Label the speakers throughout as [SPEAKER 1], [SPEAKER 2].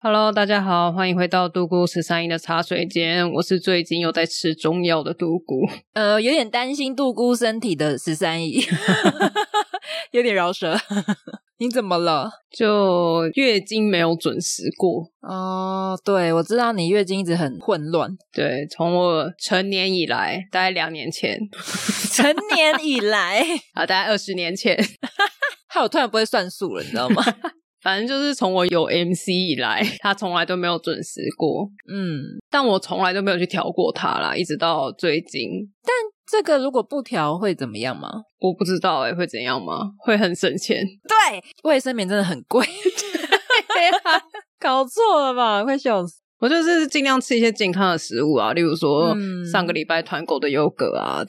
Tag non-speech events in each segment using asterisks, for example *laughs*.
[SPEAKER 1] Hello，大家好，欢迎回到独孤十三姨的茶水间。我是最近又在吃中药的独孤，
[SPEAKER 2] 呃，有点担心杜姑身体的十三 *laughs* 姨，有点饶舌。 *laughs* 你怎么了？
[SPEAKER 1] 就月经没有准时过。
[SPEAKER 2] 哦，对，我知道你月经一直很混乱，
[SPEAKER 1] 对，从我成年以来，大概两年前
[SPEAKER 2] *laughs* 成年以来，
[SPEAKER 1] 啊，大概二十年前，
[SPEAKER 2] 害我突然不会算数了，你知 *laughs* 道吗？
[SPEAKER 1] 反正就是从我有 MC 以来，它从来都没有准时过。
[SPEAKER 2] 嗯，
[SPEAKER 1] 但我从来都没有去调过它啦，一直到最近。
[SPEAKER 2] 这个如果不调会怎么样吗？
[SPEAKER 1] 我不知道哎、会怎样吗？会很省钱？ *laughs*
[SPEAKER 2] 对，卫生棉真的很贵， *laughs* 搞错了吧？快笑
[SPEAKER 1] 啊
[SPEAKER 2] 死！
[SPEAKER 1] 我就是尽量吃一些健康的食物啊，例如说、
[SPEAKER 2] 嗯
[SPEAKER 1] 上个礼拜团购的优格啊，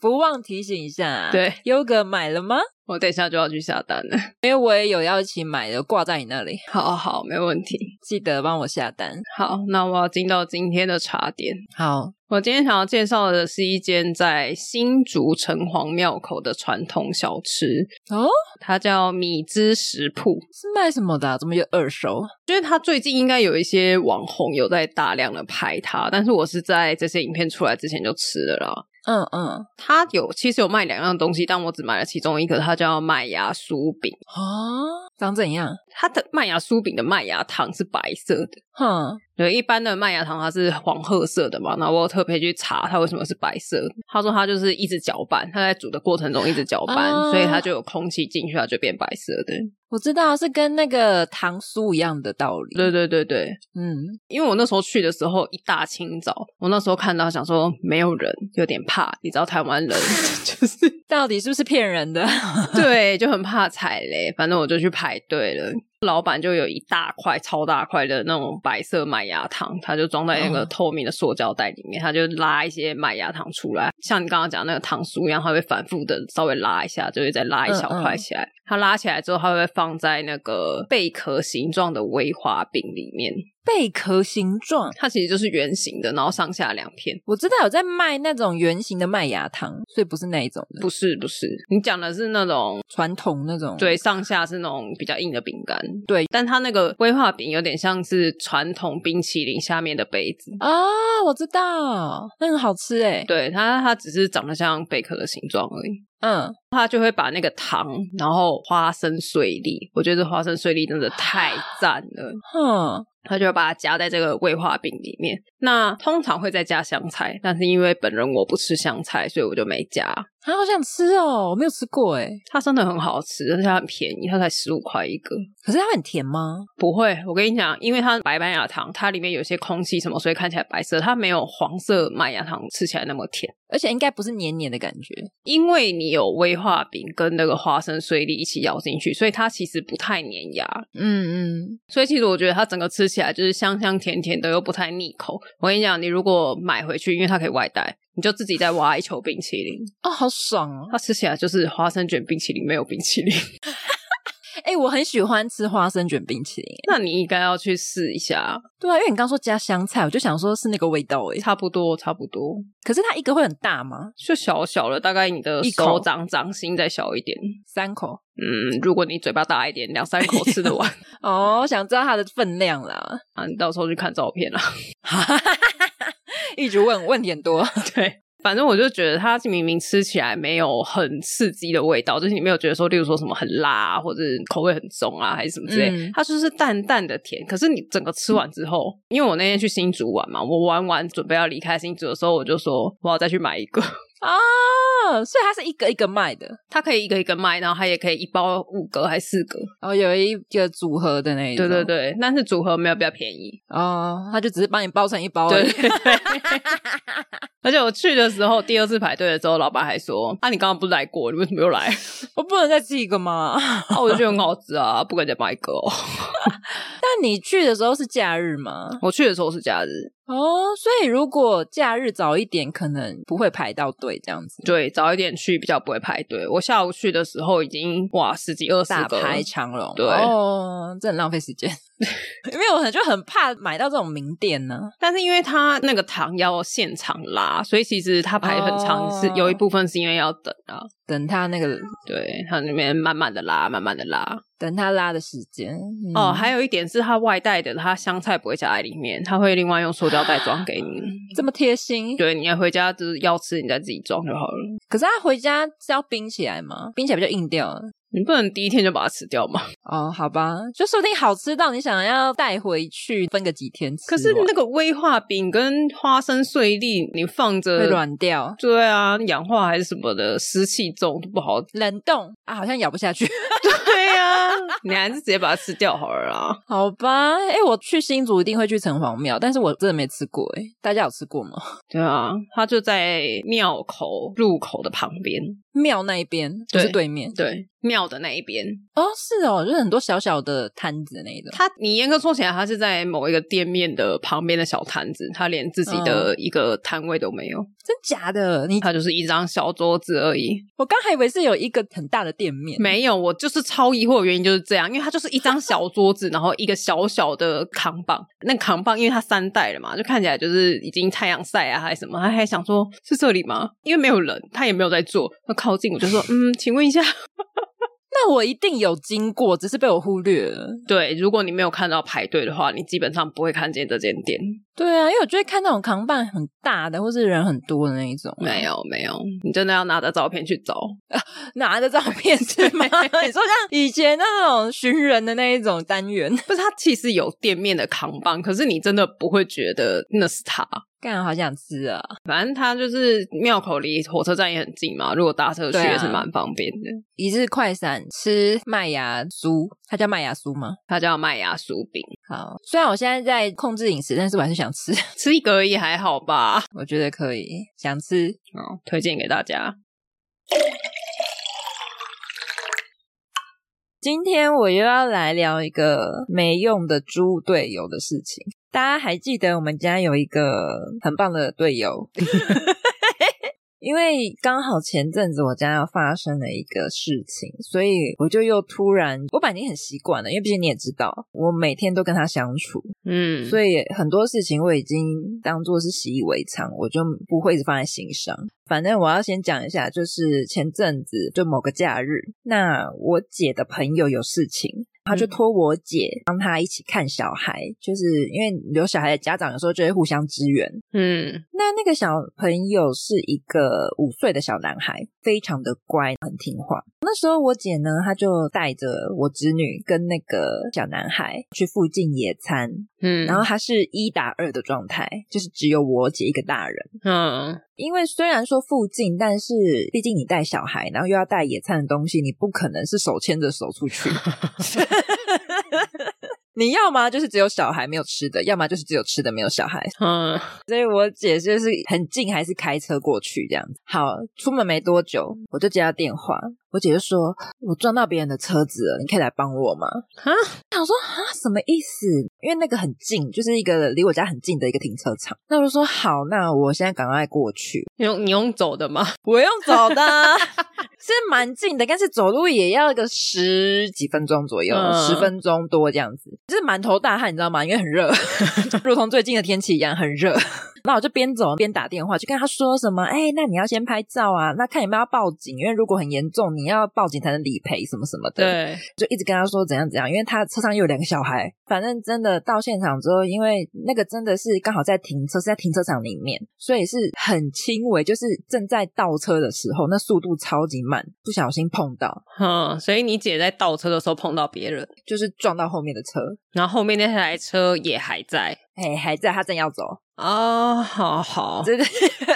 [SPEAKER 2] 不忘提醒一下，
[SPEAKER 1] 对
[SPEAKER 2] 优格买了吗？
[SPEAKER 1] 我等一下就要去下单了。
[SPEAKER 2] 因为我也有要一起买的，挂在你那里，
[SPEAKER 1] 好好，没问题。
[SPEAKER 2] 记得帮我下单。
[SPEAKER 1] 好，那我要进到今天的茶点。
[SPEAKER 2] 好，
[SPEAKER 1] 我今天想要介绍的是一间在新竹城隍庙口的传统小吃，
[SPEAKER 2] 哦，
[SPEAKER 1] 它叫米之食铺。
[SPEAKER 2] 是卖什么的啊、怎么有二手？
[SPEAKER 1] 就是它最近应该有一些网红有在大量的拍它，但是我是在这些影片出来之前就吃了啦。
[SPEAKER 2] 嗯嗯，
[SPEAKER 1] 它有其实有卖两样东西，但我只买了其中一个，它叫麦芽酥饼。
[SPEAKER 2] 啊，长怎样？
[SPEAKER 1] 它的麦芽酥饼的麦芽糖是白色的，
[SPEAKER 2] 哼，
[SPEAKER 1] 对，一般的麦芽糖它是黄褐色的嘛，然后我有特别去查它为什么是白色的。他说它就是一直搅拌，它在煮的过程中一直搅拌，
[SPEAKER 2] 啊
[SPEAKER 1] 所以它就有空气进去，它就变白色的。
[SPEAKER 2] 我知道是跟那个糖酥一样的道理。
[SPEAKER 1] 对对对对，
[SPEAKER 2] 嗯，
[SPEAKER 1] 因为我那时候去的时候一大清早，我那时候看到想说没有人，有点怕，你知道台湾人就是
[SPEAKER 2] 到底是不是骗人的？ *laughs*
[SPEAKER 1] 对，就很怕踩雷，反正我就去排队了。老板就有一大块、超大块的那种白色麦芽糖，他就装在那个
[SPEAKER 2] 嗯
[SPEAKER 1] 透明的塑胶袋里面，他就拉一些麦芽糖出来，像你刚刚讲那个糖酥一样，它会反复的稍微拉一下，就会再拉一小块起来。它拉起来之后，它会放在那个贝壳形状的威化饼里面，
[SPEAKER 2] 贝壳形状，
[SPEAKER 1] 它其实就是圆形的，然后上下两片。
[SPEAKER 2] 我知道有在卖那种圆形的麦芽糖，所以不是那一种的，
[SPEAKER 1] 不是不是，你讲的是那种
[SPEAKER 2] 传统那种。
[SPEAKER 1] 对，上下是那种比较硬的饼干。
[SPEAKER 2] 对，
[SPEAKER 1] 但它那个威化饼有点像是传统冰淇淋下面的杯子。
[SPEAKER 2] 啊，我知道，那很好吃哎。
[SPEAKER 1] 对它，它只是长得像贝壳的形状而已。
[SPEAKER 2] 嗯，
[SPEAKER 1] 它就会把那个糖，然后花生碎粒，我觉得这花生碎粒真的太赞了。
[SPEAKER 2] 哼，
[SPEAKER 1] 他就会把它夹在这个味化饼里面。那通常会再加香菜，但是因为本人我不吃香菜，所以我就没加。
[SPEAKER 2] 啊好想吃哦，我没有吃过哎。
[SPEAKER 1] 它真的很好吃，而且它很便宜，它才十五块一个。
[SPEAKER 2] 可是它很甜吗？
[SPEAKER 1] 不会，我跟你讲，因为它白麦芽糖，它里面有些空气什么，所以看起来白色，它没有黄色麦芽糖吃起来那么甜。
[SPEAKER 2] 而且应该不是黏黏的感觉。
[SPEAKER 1] 因为你有威化饼跟那个花生碎粒一起咬进去，所以它其实不太粘牙。
[SPEAKER 2] 嗯嗯，
[SPEAKER 1] 所以其实我觉得它整个吃起来就是香香甜甜的，又不太腻口。我跟你讲，你如果买回去，因为它可以外带，你就自己再挖一球冰淇淋，
[SPEAKER 2] 哦，好爽哦。
[SPEAKER 1] 它吃起来就是花生卷冰淇淋，没有冰淇淋。 *laughs*
[SPEAKER 2] 哎、我很喜欢吃花生卷冰淇淋。
[SPEAKER 1] 那你应该要去试一下，
[SPEAKER 2] 对啊，因为你刚说加香菜，我就想说是那个味道哎。
[SPEAKER 1] 差不多，差不多。
[SPEAKER 2] 可是它一个会很大吗？
[SPEAKER 1] 就小小了，大概你的
[SPEAKER 2] 一口
[SPEAKER 1] 手掌掌心再小一点。
[SPEAKER 2] 三口
[SPEAKER 1] 嗯，如果你嘴巴大一点，两三口吃得
[SPEAKER 2] *laughs*
[SPEAKER 1] 完
[SPEAKER 2] 哦，想知道它的分量啦。
[SPEAKER 1] 啊！你到时候去看照片啦。
[SPEAKER 2] 一直问问题很多，
[SPEAKER 1] 对，反正我就觉得它明明吃起来没有很刺激的味道，就是你没有觉得说，例如说什么很辣、啊、或者是口味很重啊，还是什么之类，
[SPEAKER 2] 嗯
[SPEAKER 1] 它就是淡淡的甜。可是你整个吃完之后，因为我那天去新竹玩嘛，我玩完准备要离开新竹的时候，我就说我要再去买一个。 *laughs*
[SPEAKER 2] 啊，的，所以它是一个一个卖的，
[SPEAKER 1] 它可以一个一个卖，然后它也可以一包五个还四个，
[SPEAKER 2] 然后哦有一个组合的那一种。
[SPEAKER 1] 对对对，但是组合没有比较便宜，
[SPEAKER 2] 哦，他就只是帮你包成一包而
[SPEAKER 1] 对
[SPEAKER 2] 已。
[SPEAKER 1] 对对。而且我去的时候，第二次排队的时候，老板还说：“啊，你刚刚不是来过，你为什么又来
[SPEAKER 2] *laughs*
[SPEAKER 1] *laughs*
[SPEAKER 2] 我不能再寄一个吗？？” *laughs*
[SPEAKER 1] 啊，我就觉得很好吃啊，不敢再买一个哦。 *laughs*
[SPEAKER 2] 但你去的时候是假日吗？
[SPEAKER 1] 我去的时候是假日，
[SPEAKER 2] 哦，所以如果假日早一点，可能不会排到队这样子。
[SPEAKER 1] 对，早一点去比较不会排队。我下午去的时候已经哇十几二十
[SPEAKER 2] 大
[SPEAKER 1] 个，
[SPEAKER 2] 排长龙，
[SPEAKER 1] 对
[SPEAKER 2] 哦，这很浪费时间， *laughs* 因为我很就很怕买到这种名店呢、
[SPEAKER 1] 但是因为他那个糖要现场拉，所以其实他排很长，
[SPEAKER 2] 哦
[SPEAKER 1] 是有一部分是因为要等啊。
[SPEAKER 2] 等他那个
[SPEAKER 1] 对，他那边慢慢的拉，慢慢的拉。
[SPEAKER 2] 等他拉的时间、嗯
[SPEAKER 1] 哦，还有一点是他外带的，他香菜不会夹在里面，他会另外用塑胶袋装给
[SPEAKER 2] *gasps*
[SPEAKER 1] 你。
[SPEAKER 2] 这么贴心，
[SPEAKER 1] 对，你要回家就是要吃，你再自己装就好了。
[SPEAKER 2] 可是他回家是要冰起来吗？冰起来比较硬掉了。
[SPEAKER 1] 你不能第一天就把它吃掉嘛？
[SPEAKER 2] *laughs* 哦，好吧，就说不定好吃到你想要带回去分个几天吃
[SPEAKER 1] 可
[SPEAKER 2] 完，
[SPEAKER 1] 是那个威化饼跟花生碎粒，你放着
[SPEAKER 2] 会软掉，
[SPEAKER 1] 对啊，氧化还是什么的，湿气重都不
[SPEAKER 2] *laughs*
[SPEAKER 1] 好。
[SPEAKER 2] 冷冻啊，好像咬不下去。 *laughs*
[SPEAKER 1] 对啊，你还是直接把它吃掉好了啦。
[SPEAKER 2] 好吧，哎、我去新竹一定会去城隍庙，但是我真的没吃过、诶大家有吃过吗？
[SPEAKER 1] 对啊，它就在庙口入口的旁边，
[SPEAKER 2] 庙那一边不是
[SPEAKER 1] 对
[SPEAKER 2] 对面
[SPEAKER 1] 对，庙的那一边。
[SPEAKER 2] 哦，是哦，就是很多小小的摊子那一种。
[SPEAKER 1] 它你严格说起来，它是在某一个店面的旁边的小摊子，它连自己
[SPEAKER 2] 嗯
[SPEAKER 1] 的一个摊位都没有，
[SPEAKER 2] 真假的？你
[SPEAKER 1] 它就是一张小桌子而已。
[SPEAKER 2] 我刚还以为是有一个很大的店面，
[SPEAKER 1] 没有，我就是超疑惑的原因就是这样，因为它就是一张小桌子，然后一个小小的扛棒，那扛棒因为它三代了嘛，就看起来就是已经太阳晒啊还是什么，他还想说是这里吗？因为没有人，他也没有在做，那靠近我就说，嗯，请问一下， *laughs*
[SPEAKER 2] 那我一定有经过，只是被我忽略了。
[SPEAKER 1] 对，如果你没有看到排队的话，你基本上不会看见这间店，
[SPEAKER 2] 对啊，因为我就会看那种扛棒很大的，或是人很多的那一种，
[SPEAKER 1] 没有没有，你真的要拿着照片去找，
[SPEAKER 2] 拿着照 *laughs* 片是吗？你说像以前那种寻人的那一种单元，
[SPEAKER 1] 不是它其实有店面的扛棒，可是你真的不会觉得那是它。
[SPEAKER 2] *laughs* 干好想吃啊！
[SPEAKER 1] 反正它就是庙口离火车站也很近嘛，如果搭车去
[SPEAKER 2] 对啊
[SPEAKER 1] 也是蛮方便的。
[SPEAKER 2] 一日快闪吃麦芽酥，它叫麦芽酥吗？
[SPEAKER 1] 它叫麦芽酥饼，
[SPEAKER 2] 好，虽然我现在在控制饮食，但是我还是想吃， *laughs*
[SPEAKER 1] 吃一个也还好吧，
[SPEAKER 2] 我觉得可以，想吃。
[SPEAKER 1] 好推荐给大家。
[SPEAKER 2] 今天我又要来聊一个没用的猪队友的事情。大家还记得我们家有一个很棒的队友， *laughs* 因为刚好前阵子我家要发生了一个事情，所以我就又突然，我本来已经很习惯了，因为毕竟你也知道，我每天都跟他相处，
[SPEAKER 1] 嗯，
[SPEAKER 2] 所以很多事情我已经当做是习以为常，我就不会一直放在心上。反正我要先讲一下，就是前阵子就某个假日，那我姐的朋友有事情，她就托我姐帮她一起看小孩，就是因为有小孩的家长有时候就会互相支援。
[SPEAKER 1] 嗯
[SPEAKER 2] 那那个小朋友是一个五岁的小男孩，非常的乖，很听话。那时候我姐呢，她就带着我侄女跟那个小男孩去附近野餐，
[SPEAKER 1] 嗯，
[SPEAKER 2] 然后他是一打二的状态，就是只有我姐一个大人。
[SPEAKER 1] 嗯
[SPEAKER 2] 因为虽然说附近，但是毕竟你带小孩，然后又要带野餐的东西，你不可能是手牵着手出去。 *laughs* 你要么就是只有小孩没有吃的，要么就是只有吃的没有小孩。
[SPEAKER 1] 嗯
[SPEAKER 2] 所以我姐就是很近，还是开车过去这样子。好，出门没多久，我就接到电话，我姐就说：“我撞到别人的车子了，你可以来帮我吗？”
[SPEAKER 1] 哈，
[SPEAKER 2] 想说啊，什么意思？因为那个很近，就是一个离我家很近的一个停车场。那我就说好，那我现在赶快过去。
[SPEAKER 1] 你用你用走的吗？
[SPEAKER 2] *laughs* 我用走的，是蛮近的，但是走路也要个十几分钟左右，
[SPEAKER 1] 嗯
[SPEAKER 2] 十、分钟多这样子。就是满头大汗，你知道吗？因为很
[SPEAKER 1] *laughs*
[SPEAKER 2] 热，如同最近的天气一样很热。那我就边走边打电话，就跟他说什么：“哎、那你要先拍照啊，那看有没有要报警，因为如果很严重，你要报警才能理赔什么什么的。”
[SPEAKER 1] 对，
[SPEAKER 2] 就一直跟他说怎样怎样，因为他车上又有两个小孩。反正真的到现场之后，因为那个真的是刚好在停车，是在停车场里面，所以是很轻微，就是正在倒车的时候，那速度超级慢，不小心碰到，
[SPEAKER 1] 嗯，所以你姐在倒车的时候碰到别人，
[SPEAKER 2] 就是撞到后面的车。
[SPEAKER 1] 然后后面那台车也还在，
[SPEAKER 2] 哎，还在，他正要走， *laughs*
[SPEAKER 1] 啊，好好，
[SPEAKER 2] 对对，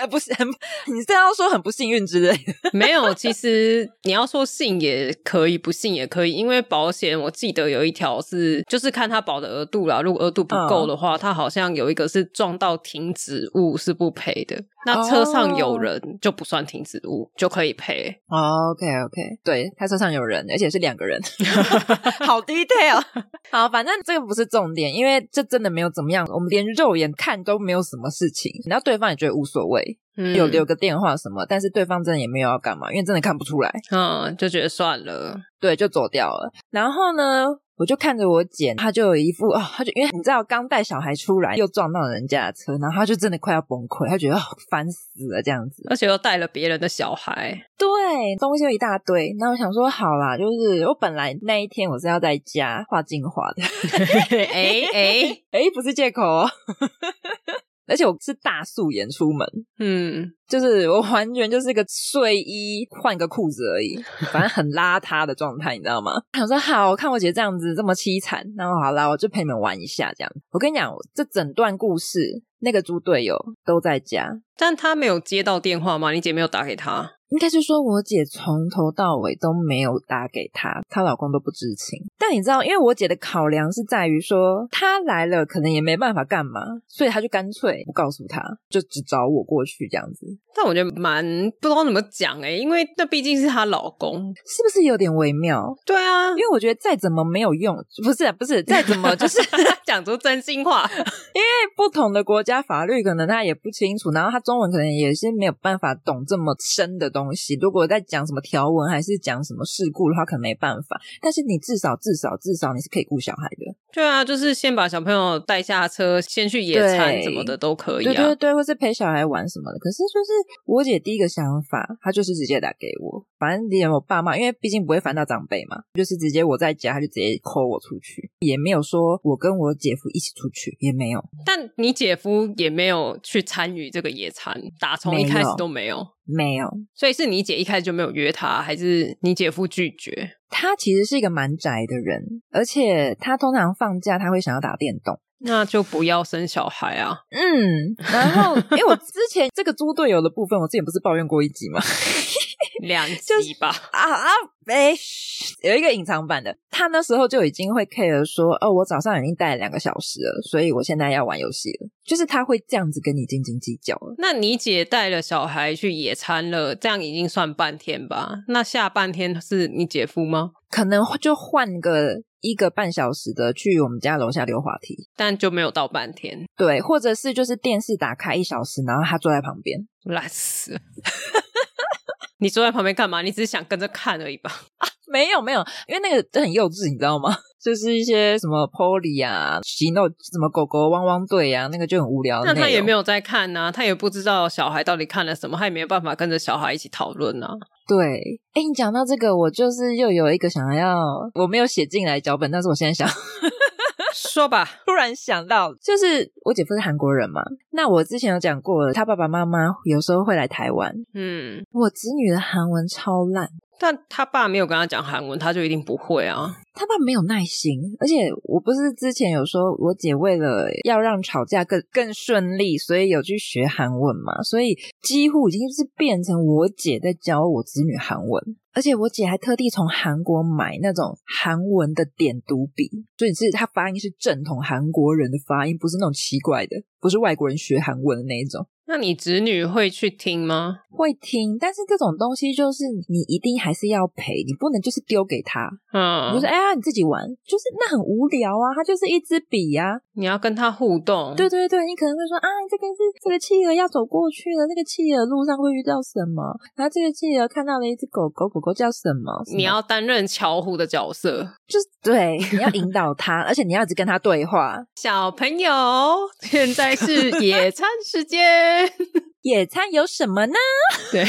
[SPEAKER 2] 不是 *laughs* 很，你这样说很不幸运之类的。
[SPEAKER 1] *laughs* 没有。其实你要说信也可以，不信也可以，因为保险我记得有一条是，就是看他保的额度啦。如果额度不够的
[SPEAKER 2] 嗯
[SPEAKER 1] 话，他好像有一个是撞到停止物是不赔的。那车上
[SPEAKER 2] 哦
[SPEAKER 1] 有人就不算停止物，就可以赔。
[SPEAKER 2] OK OK，对他车上有人，而且是两个人，好 detail。好，反正这个不是重点，因为这真的没有怎么样，我们连肉眼看都没有什么事情，然后对方也觉得无所谓，
[SPEAKER 1] 嗯
[SPEAKER 2] 有留个电话什么，但是对方真的也没有要干嘛，因为真的看不出来，
[SPEAKER 1] 嗯，就觉得算了。
[SPEAKER 2] 对，就走掉了。然后呢？我就看着我姐，她就有一副哦，她就因为你知道刚带小孩出来，又撞到人家的车，然后她就真的快要崩溃，她觉得、哦、烦死了这样子。
[SPEAKER 1] 而且又带了别人的小
[SPEAKER 2] *laughs*
[SPEAKER 1] 孩，
[SPEAKER 2] 对，东西又一大堆。那我想说，好啦，就是我本来那一天我是要在家画精华的，
[SPEAKER 1] 哎哎，
[SPEAKER 2] *laughs* 诶，不是借口哦。 *laughs* 而且我是大素颜出门，
[SPEAKER 1] 嗯，
[SPEAKER 2] 就是我完全就是个睡衣换个裤子而已，反正很邋遢的状态，你知道吗？我想说好，我看我姐这样子这么凄惨，那我好啦，我就陪你们玩一下这样。我跟你讲，这整段故事，那个猪队友都在家，
[SPEAKER 1] 但他没有接到电话吗？你姐没有打给他？
[SPEAKER 2] 应该是说，我姐从头到尾都没有打给她，她老公都不知情。但你知道，因为我姐的考量是在于说，她来了可能也没办法干嘛，所以她就干脆不告诉她，就只找我过去这样子，
[SPEAKER 1] 但我觉得蛮不知道怎么讲哎、因为那毕竟是她老公。
[SPEAKER 2] 嗯是不是有点微妙？
[SPEAKER 1] 对啊
[SPEAKER 2] 因，为我觉得再怎么没有用，不是啊不 *laughs* 是，再怎么就是
[SPEAKER 1] 讲出真心话。
[SPEAKER 2] 不同的国家法律可能他也不清楚，然后他中文可能也是没有办法懂这么深的东西。如果在讲什么条文还是讲什么事故的话，可能没办法。但是你至少至少至少你是可以顾小孩的，
[SPEAKER 1] 对啊，就是先把小朋友带下车，先去野餐
[SPEAKER 2] 对
[SPEAKER 1] 什么的都可以
[SPEAKER 2] 对对
[SPEAKER 1] 啊。
[SPEAKER 2] 对，或是陪小孩玩什么的。可是就是我姐第一个想法，她就是直接打给我，反正连我爸妈，因为毕竟不会烦到长辈嘛，就是直接我在家，她就直接 call 我出去，也没有说我跟我姐夫一起出去，也没有。
[SPEAKER 1] 但你姐夫也没有去参与这个野餐，打从一开始都没有。
[SPEAKER 2] 没有，
[SPEAKER 1] 所以是你姐一开始就没有约他，还是你姐夫拒绝？
[SPEAKER 2] 他其实是一个蛮宅的人，而且他通常放假他会想要打电动。
[SPEAKER 1] 那就不要生小孩
[SPEAKER 2] *laughs*
[SPEAKER 1] 啊！
[SPEAKER 2] 嗯，然后因为我之前这个猪队友的部分，我之前不是抱怨过一集吗？ *laughs*
[SPEAKER 1] 两集吧，
[SPEAKER 2] 啊啊！哎、嘘有一个隐藏版的，他那时候就已经会 care 说，哦，我早上已经带了两个小时了，所以我现在要玩游戏了。就是他会这样子跟你斤斤计较了。
[SPEAKER 1] 那你姐带了小孩去野餐了，这样已经算半天吧？那下半天是你姐夫吗？
[SPEAKER 2] 可能就换个一个半小时的去我们家楼下溜滑梯，
[SPEAKER 1] 但就没有到半天，
[SPEAKER 2] 对，或者是就是电视打开一小时，然后他坐在旁边，
[SPEAKER 1] 懒死了。 *laughs* 你坐在旁边干嘛？你只是想跟着看而已吧？
[SPEAKER 2] 没有没有，因为那个很幼稚，你知道吗？ *laughs* 就是一些什么 Polly 啊、喜怒什么狗狗汪汪队啊，那个就很无聊的
[SPEAKER 1] 那
[SPEAKER 2] 内容。
[SPEAKER 1] 他也没
[SPEAKER 2] 有
[SPEAKER 1] 有在看呐、他也不知道小孩到底看了什么，他也没有办法跟着小孩一起讨论啊呐。
[SPEAKER 2] 对。哎，你讲到这个，我就是又有一个想要，我没有写进来脚本，但是我现在想，
[SPEAKER 1] *laughs*
[SPEAKER 2] *laughs*
[SPEAKER 1] 说吧，
[SPEAKER 2] 突然想到，就是我姐夫是韩国人嘛，那我之前有讲过了，他爸爸妈妈有时候会来台湾，
[SPEAKER 1] 嗯，
[SPEAKER 2] 我侄女的韩文超烂。
[SPEAKER 1] 但他爸没有跟他讲韩文，他就一定不会啊。
[SPEAKER 2] 他爸没有耐心，而且我不是之前有说，我姐为了要让吵架更更顺利，所以有去学韩文嘛，所以几乎已经是变成我姐在教我子女韩文，而且我姐还特地从韩国买那种韩文的点读笔，所以是她发音是正统韩国人的发音，不是那种奇怪的，不是外国人学韩文的那一种。
[SPEAKER 1] 那你侄女会去听吗？
[SPEAKER 2] 会听，但是这种东西就是你一定还是要陪，你不能就是丢给他，
[SPEAKER 1] 嗯，
[SPEAKER 2] 你就说哎呀你自己玩，就是那很无聊啊，它就是一支笔呀、
[SPEAKER 1] 你要跟他互动，
[SPEAKER 2] 对对对，你可能会说啊，这个是这个企鹅要走过去了，那个企鹅路上会遇到什么？然后这个企鹅看到了一只狗狗，狗狗叫什么？什么
[SPEAKER 1] 你要担任巧虎的角色，
[SPEAKER 2] 就是对，你要引导它， *laughs* 而且你要一直跟它对话。
[SPEAKER 1] 小朋友，现在是野餐时间。 *laughs*
[SPEAKER 2] 野餐有什么呢？
[SPEAKER 1] 对，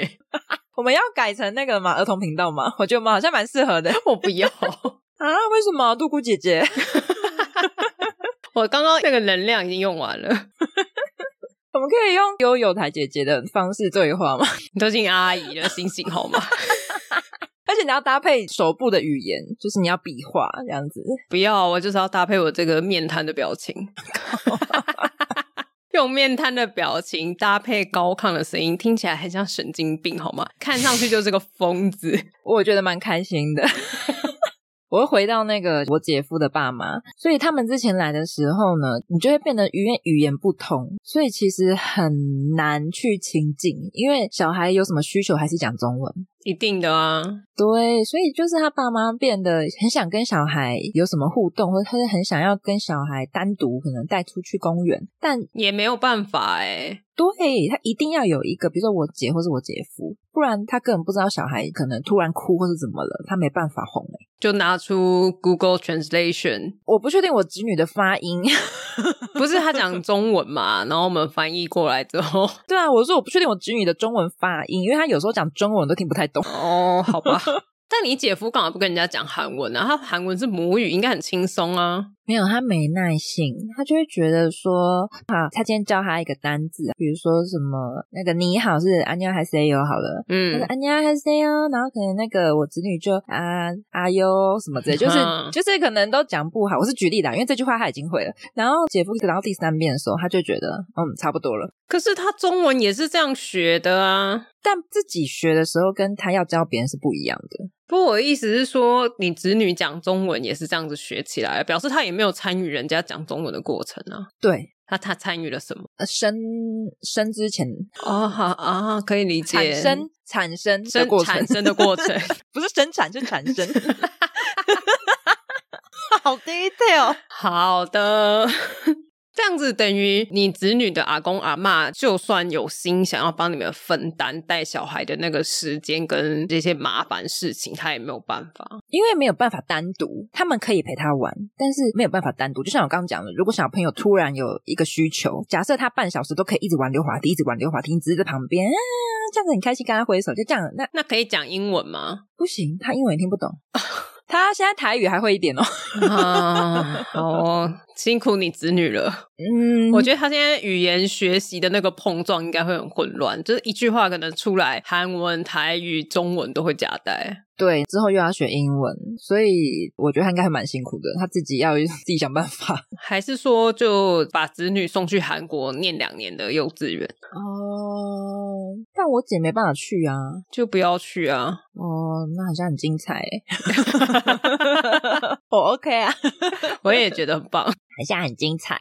[SPEAKER 1] *laughs*
[SPEAKER 2] 我们要改成那个吗？儿童频道吗？我觉得我们好像蛮适合的 *laughs*
[SPEAKER 1] 我不要。
[SPEAKER 2] 啊。为什么？杜姑姐姐， *laughs*
[SPEAKER 1] 我刚刚那个能量已经用完 *laughs* 了，
[SPEAKER 2] 我们可以用悠悠台姐姐的方式对话吗？
[SPEAKER 1] *laughs* 你都进阿姨了，醒醒好吗？
[SPEAKER 2] 而且你要搭配手部的语言，就是你要比划这样子。
[SPEAKER 1] 不要，我就是要搭配我这个面瘫的表 *laughs* 情，用面瘫的表情搭配高亢的声音，听起来很像神经病，好吗？看上去就是个疯子。 *laughs*
[SPEAKER 2] 我觉得蛮开心的。 *laughs* 我又回到那个我姐夫的爸妈，所以他们之前来的时候呢，你就会变得语言语言不通，所以其实很难去亲近，因为小孩有什么需求还是讲中文。
[SPEAKER 1] 一定的啊，
[SPEAKER 2] 对，所以就是他爸妈变得很想跟小孩有什么互动，或者他是很想要跟小孩单独可能带出去公园，但
[SPEAKER 1] 也没有办法哎、
[SPEAKER 2] 对他一定要有一个，比如说我姐或是我姐夫，不然他根本不知道小孩可能突然哭或是怎么了，他没办法哄欸
[SPEAKER 1] 就拿出 Google Translation，
[SPEAKER 2] 我不确定我侄女的发音， *laughs*
[SPEAKER 1] 不是他讲中文 *laughs* 嘛，然后我们翻译过来之后，
[SPEAKER 2] 对啊，我说我不确定我侄女的中文发音，因为她有时候讲中文我都听不太懂。
[SPEAKER 1] 哦，好吧。 *laughs* 但你姐夫干嘛不跟人家讲韩文啊？他韩文是母语，应该很轻松啊。
[SPEAKER 2] 没有，她没耐性，她就会觉得说，好，他今天教她一个单字，啊比如说什么那个你好是安妞还是 A O 好了。那个
[SPEAKER 1] 嗯，
[SPEAKER 2] 安妮还是哟，然后可能那个我侄女就啊啊哟什么之类，就是、
[SPEAKER 1] 嗯
[SPEAKER 2] 就是可能都讲不好。我是举例的，因为这句话她已经会了。然后姐夫讲到第三遍的时候，他就觉得嗯差不多了。
[SPEAKER 1] 可是他中文也是这样学的啊。
[SPEAKER 2] 但自己学的时候跟他要教别人是不一样的。
[SPEAKER 1] 不过我的意思是说，你侄女讲中文也是这样子学起来，表示她也没有参与人家讲中文的过程啊。
[SPEAKER 2] 对，
[SPEAKER 1] 她她参与了什么？
[SPEAKER 2] 呃，生生之前
[SPEAKER 1] 哦，好啊，可以理解。
[SPEAKER 2] 产生产生的
[SPEAKER 1] 生
[SPEAKER 2] 过程
[SPEAKER 1] 产，生的过 *laughs* 程，
[SPEAKER 2] 不是生产是产生。好 detail，
[SPEAKER 1] 好的，这样子等于你子女的阿公阿嬷，就算有心想要帮你们分担带小孩的那个时间跟这些麻烦事情，他也没有办法。
[SPEAKER 2] 因为没有办法单独，他们可以陪他玩，但是没有办法单独。就像我刚刚讲的，如果小朋友突然有一个需求，假设他半小时都可以一直玩溜滑梯，一直玩溜滑梯，你只是在旁边啊，这样子很开心，跟他挥手，就这样，那
[SPEAKER 1] 那可以讲英文吗？
[SPEAKER 2] 不行，他英文也听不 *laughs* 懂。他现在台语还会一点哦，
[SPEAKER 1] 啊， *laughs* 哦，辛苦你子女了。
[SPEAKER 2] 嗯
[SPEAKER 1] 我觉得他现在语言学习的那个碰撞应该会很混乱，就是一句话可能出来韩文、台语、中文都会夹带。
[SPEAKER 2] 对，之后又要学英文，所以我觉得他应该还蛮辛苦的，他自己要 *laughs* 自己想办法。
[SPEAKER 1] 还是说，就把子女送去韩国念两年的幼稚园，
[SPEAKER 2] 哦，但我姐没办法去啊。
[SPEAKER 1] 就不要去啊？
[SPEAKER 2] 哦，那好像很精彩欸。 *laughs* 我 OK 啊，
[SPEAKER 1] 我也觉得很棒。 *laughs*
[SPEAKER 2] 好像很精彩。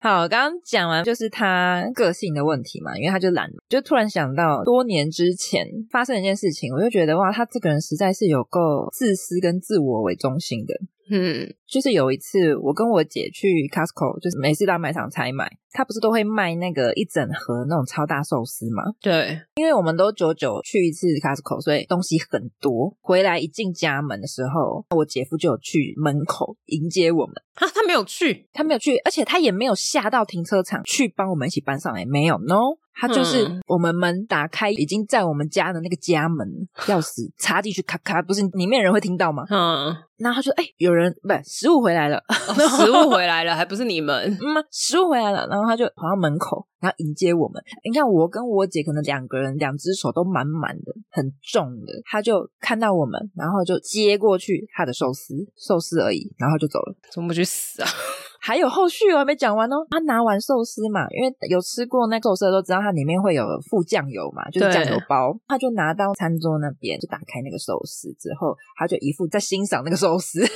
[SPEAKER 2] 好，刚刚讲完就是他个性的问题嘛，因为他就懒，就突然想到多年之前发生一件事情，我就觉得哇，他这个人实在是有够自私跟自我为中心的。
[SPEAKER 1] 嗯，
[SPEAKER 2] 就是有一次，我跟我姐去 Costco，就是每次到卖场采买，他不是都会卖那个一整盒那种超大寿司吗？
[SPEAKER 1] 对，
[SPEAKER 2] 因为我们都久久去一次 Costco，所以东西很多。回来一进家门的时候，我姐夫就有去门口迎接我们。
[SPEAKER 1] 啊，他没有去，
[SPEAKER 2] 他没有去，而且他也没有下到停车场去帮我们一起搬上来，没有，no。他就是
[SPEAKER 1] 嗯
[SPEAKER 2] 我们门打开，已经在我们家的那个家门钥匙插进去，咔咔，不是里面人会听到吗？
[SPEAKER 1] 嗯，
[SPEAKER 2] 然后他就哎、有人不食物回来了，
[SPEAKER 1] 哦食物回来了，还不是你们，
[SPEAKER 2] 嗯，食物回来了，然后他就跑到门口，然后迎接我们。你看我跟我姐可能两个人两只手都满满的，很重的，他就看到我们，然后就接过去他的寿司，寿司而已，然后就走了。
[SPEAKER 1] 怎么不去死啊？
[SPEAKER 2] 还有后续哦，还没讲完哦。他拿完寿司嘛，因为有吃过那寿司的都知道，它里面会有附酱油嘛，就是
[SPEAKER 1] 对
[SPEAKER 2] 酱油包。他就拿到餐桌那边，就打开那个寿司之后，他就一副在欣赏那个寿司， *laughs*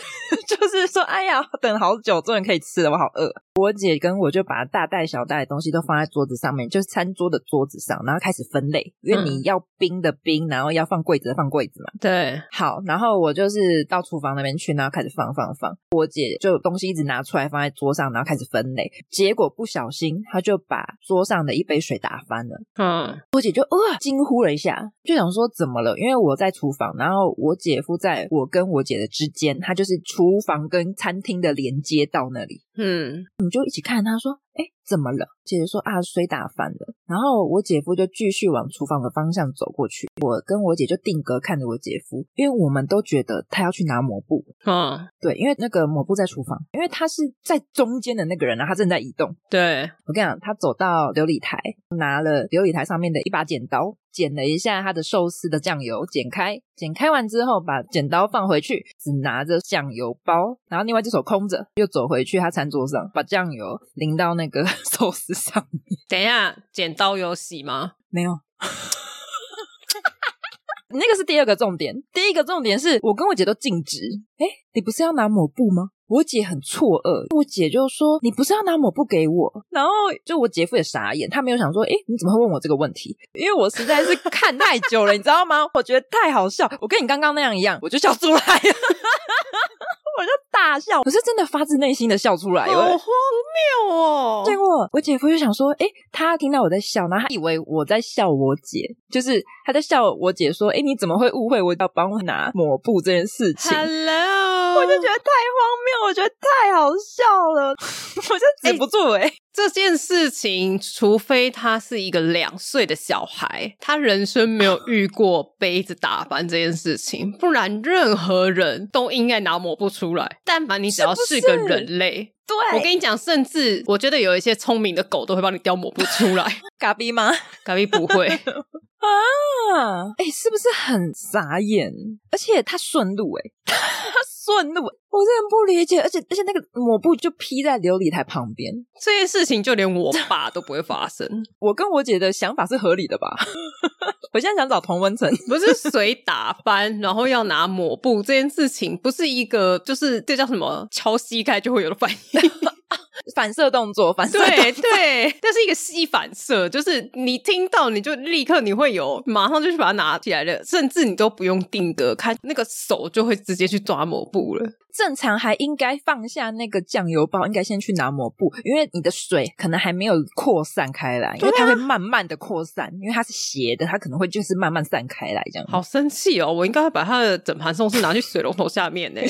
[SPEAKER 2] 就是说：“哎呀，等好久，终于可以吃了，我好饿。”我姐跟我就把大袋小袋的东西都放在桌子上面，就是餐桌的桌子上，然后开始分类，因为你要冰的冰，然后要放柜子的放柜子嘛。
[SPEAKER 1] 对，
[SPEAKER 2] 好，然后我就是到厨房那边去，然后开始放放放。我姐就东西一直拿出来放在桌上，然后开始分类。结果不小心，她就把桌上的一杯水打翻了。
[SPEAKER 1] 嗯，
[SPEAKER 2] 我姐就哇惊呼了一下，就想说怎么了？因为我在厨房，然后我姐夫在我跟我姐的之间，他就是厨房跟餐厅的连接到那里。
[SPEAKER 1] 嗯，
[SPEAKER 2] 我们就一起看，他说：“哎，怎么了？姐姐说啊，水打翻了。然后我姐夫就继续往厨房的方向走过去，我跟我姐就定格看着我姐夫，因为我们都觉得他要去拿抹布，
[SPEAKER 1] 嗯，
[SPEAKER 2] 对，因为那个抹布在厨房，因为他是在中间的那个人啊，他正在移动。
[SPEAKER 1] 对，
[SPEAKER 2] 我跟你讲，他走到琉璃台，拿了琉璃台上面的一把剪刀，剪了一下他的寿司的酱油，剪开，剪开完之后，把剪刀放回去，只拿着酱油包，然后另外一只手空着，又走回去他餐桌上，把酱油淋到那个 *laughs* 寿司上面。
[SPEAKER 1] 等一下，剪刀有洗吗？
[SPEAKER 2] 没有。 *laughs* 那个是第二个重点，第一个重点是我跟我姐都禁止。哎，你不是要拿抹布吗？我姐很错愕，我姐就说：“你不是要拿抹布给我？”然后就我姐夫也傻眼，他没有想说：“哎，你怎么会问我这个问题？”因为我实在 *laughs* 是看太久了，你知道吗？我觉得太好笑，我跟你刚刚那样一样，我就笑出来了， *laughs* 我就大笑，我是真的发自内心的笑出来。我
[SPEAKER 1] 谬哦
[SPEAKER 2] 结果我姐夫就想说，诶，他听到我在笑，然后他以为我在笑我姐，就是他在笑我姐说，诶，你怎么会误会我要帮我拿抹布这件事情？
[SPEAKER 1] ，Hello，
[SPEAKER 2] *laughs* 我就觉得太荒谬，我觉得太好笑了， *laughs* 我
[SPEAKER 1] 哎
[SPEAKER 2] 就止不住欸诶。
[SPEAKER 1] 这件事情，除非他是一个两岁的小孩，他人生没有遇过杯子打翻这件事情，不然任何人都应该拿抹布出来。但凡你只要
[SPEAKER 2] 是
[SPEAKER 1] 是
[SPEAKER 2] 不
[SPEAKER 1] 个
[SPEAKER 2] 是
[SPEAKER 1] 人类，
[SPEAKER 2] 对
[SPEAKER 1] 我跟你讲，甚至我觉得有一些聪明的狗都会帮你叼抹布出来， *laughs*
[SPEAKER 2] 嘎逼吗？
[SPEAKER 1] 咖啡不会。 *laughs*
[SPEAKER 2] 啊，哎、是不是很傻眼？而且他顺路、欸， *laughs* 他顺路，欸我真的不理解。而且而且那个抹布就披在琉璃台旁边，
[SPEAKER 1] 这件事情就连我爸都不会发生，
[SPEAKER 2] 我跟我姐的想法是合理的吧？ *laughs* 我现在想找童文成，
[SPEAKER 1] 不是水打翻然后要拿抹布这件事情，不是一个就是这叫什么敲膝盖就会有的反应。
[SPEAKER 2] 反射动作，反射动
[SPEAKER 1] 对对，这是一个吸反射，就是你听到你就立刻你会有马上就去把它拿起来了，甚至你都不用定格看，那个手就会直接去抓抹布了。
[SPEAKER 2] *laughs* 正常还应该放下那个酱油包，应该先去拿抹布，因为你的水可能还没有扩散开来，因为它会慢慢的扩散，因为它是斜的，它可能会就是慢慢散开来这样。
[SPEAKER 1] 好生气哦！我应该会把他的整盘寿司拿去水龙头下面呢。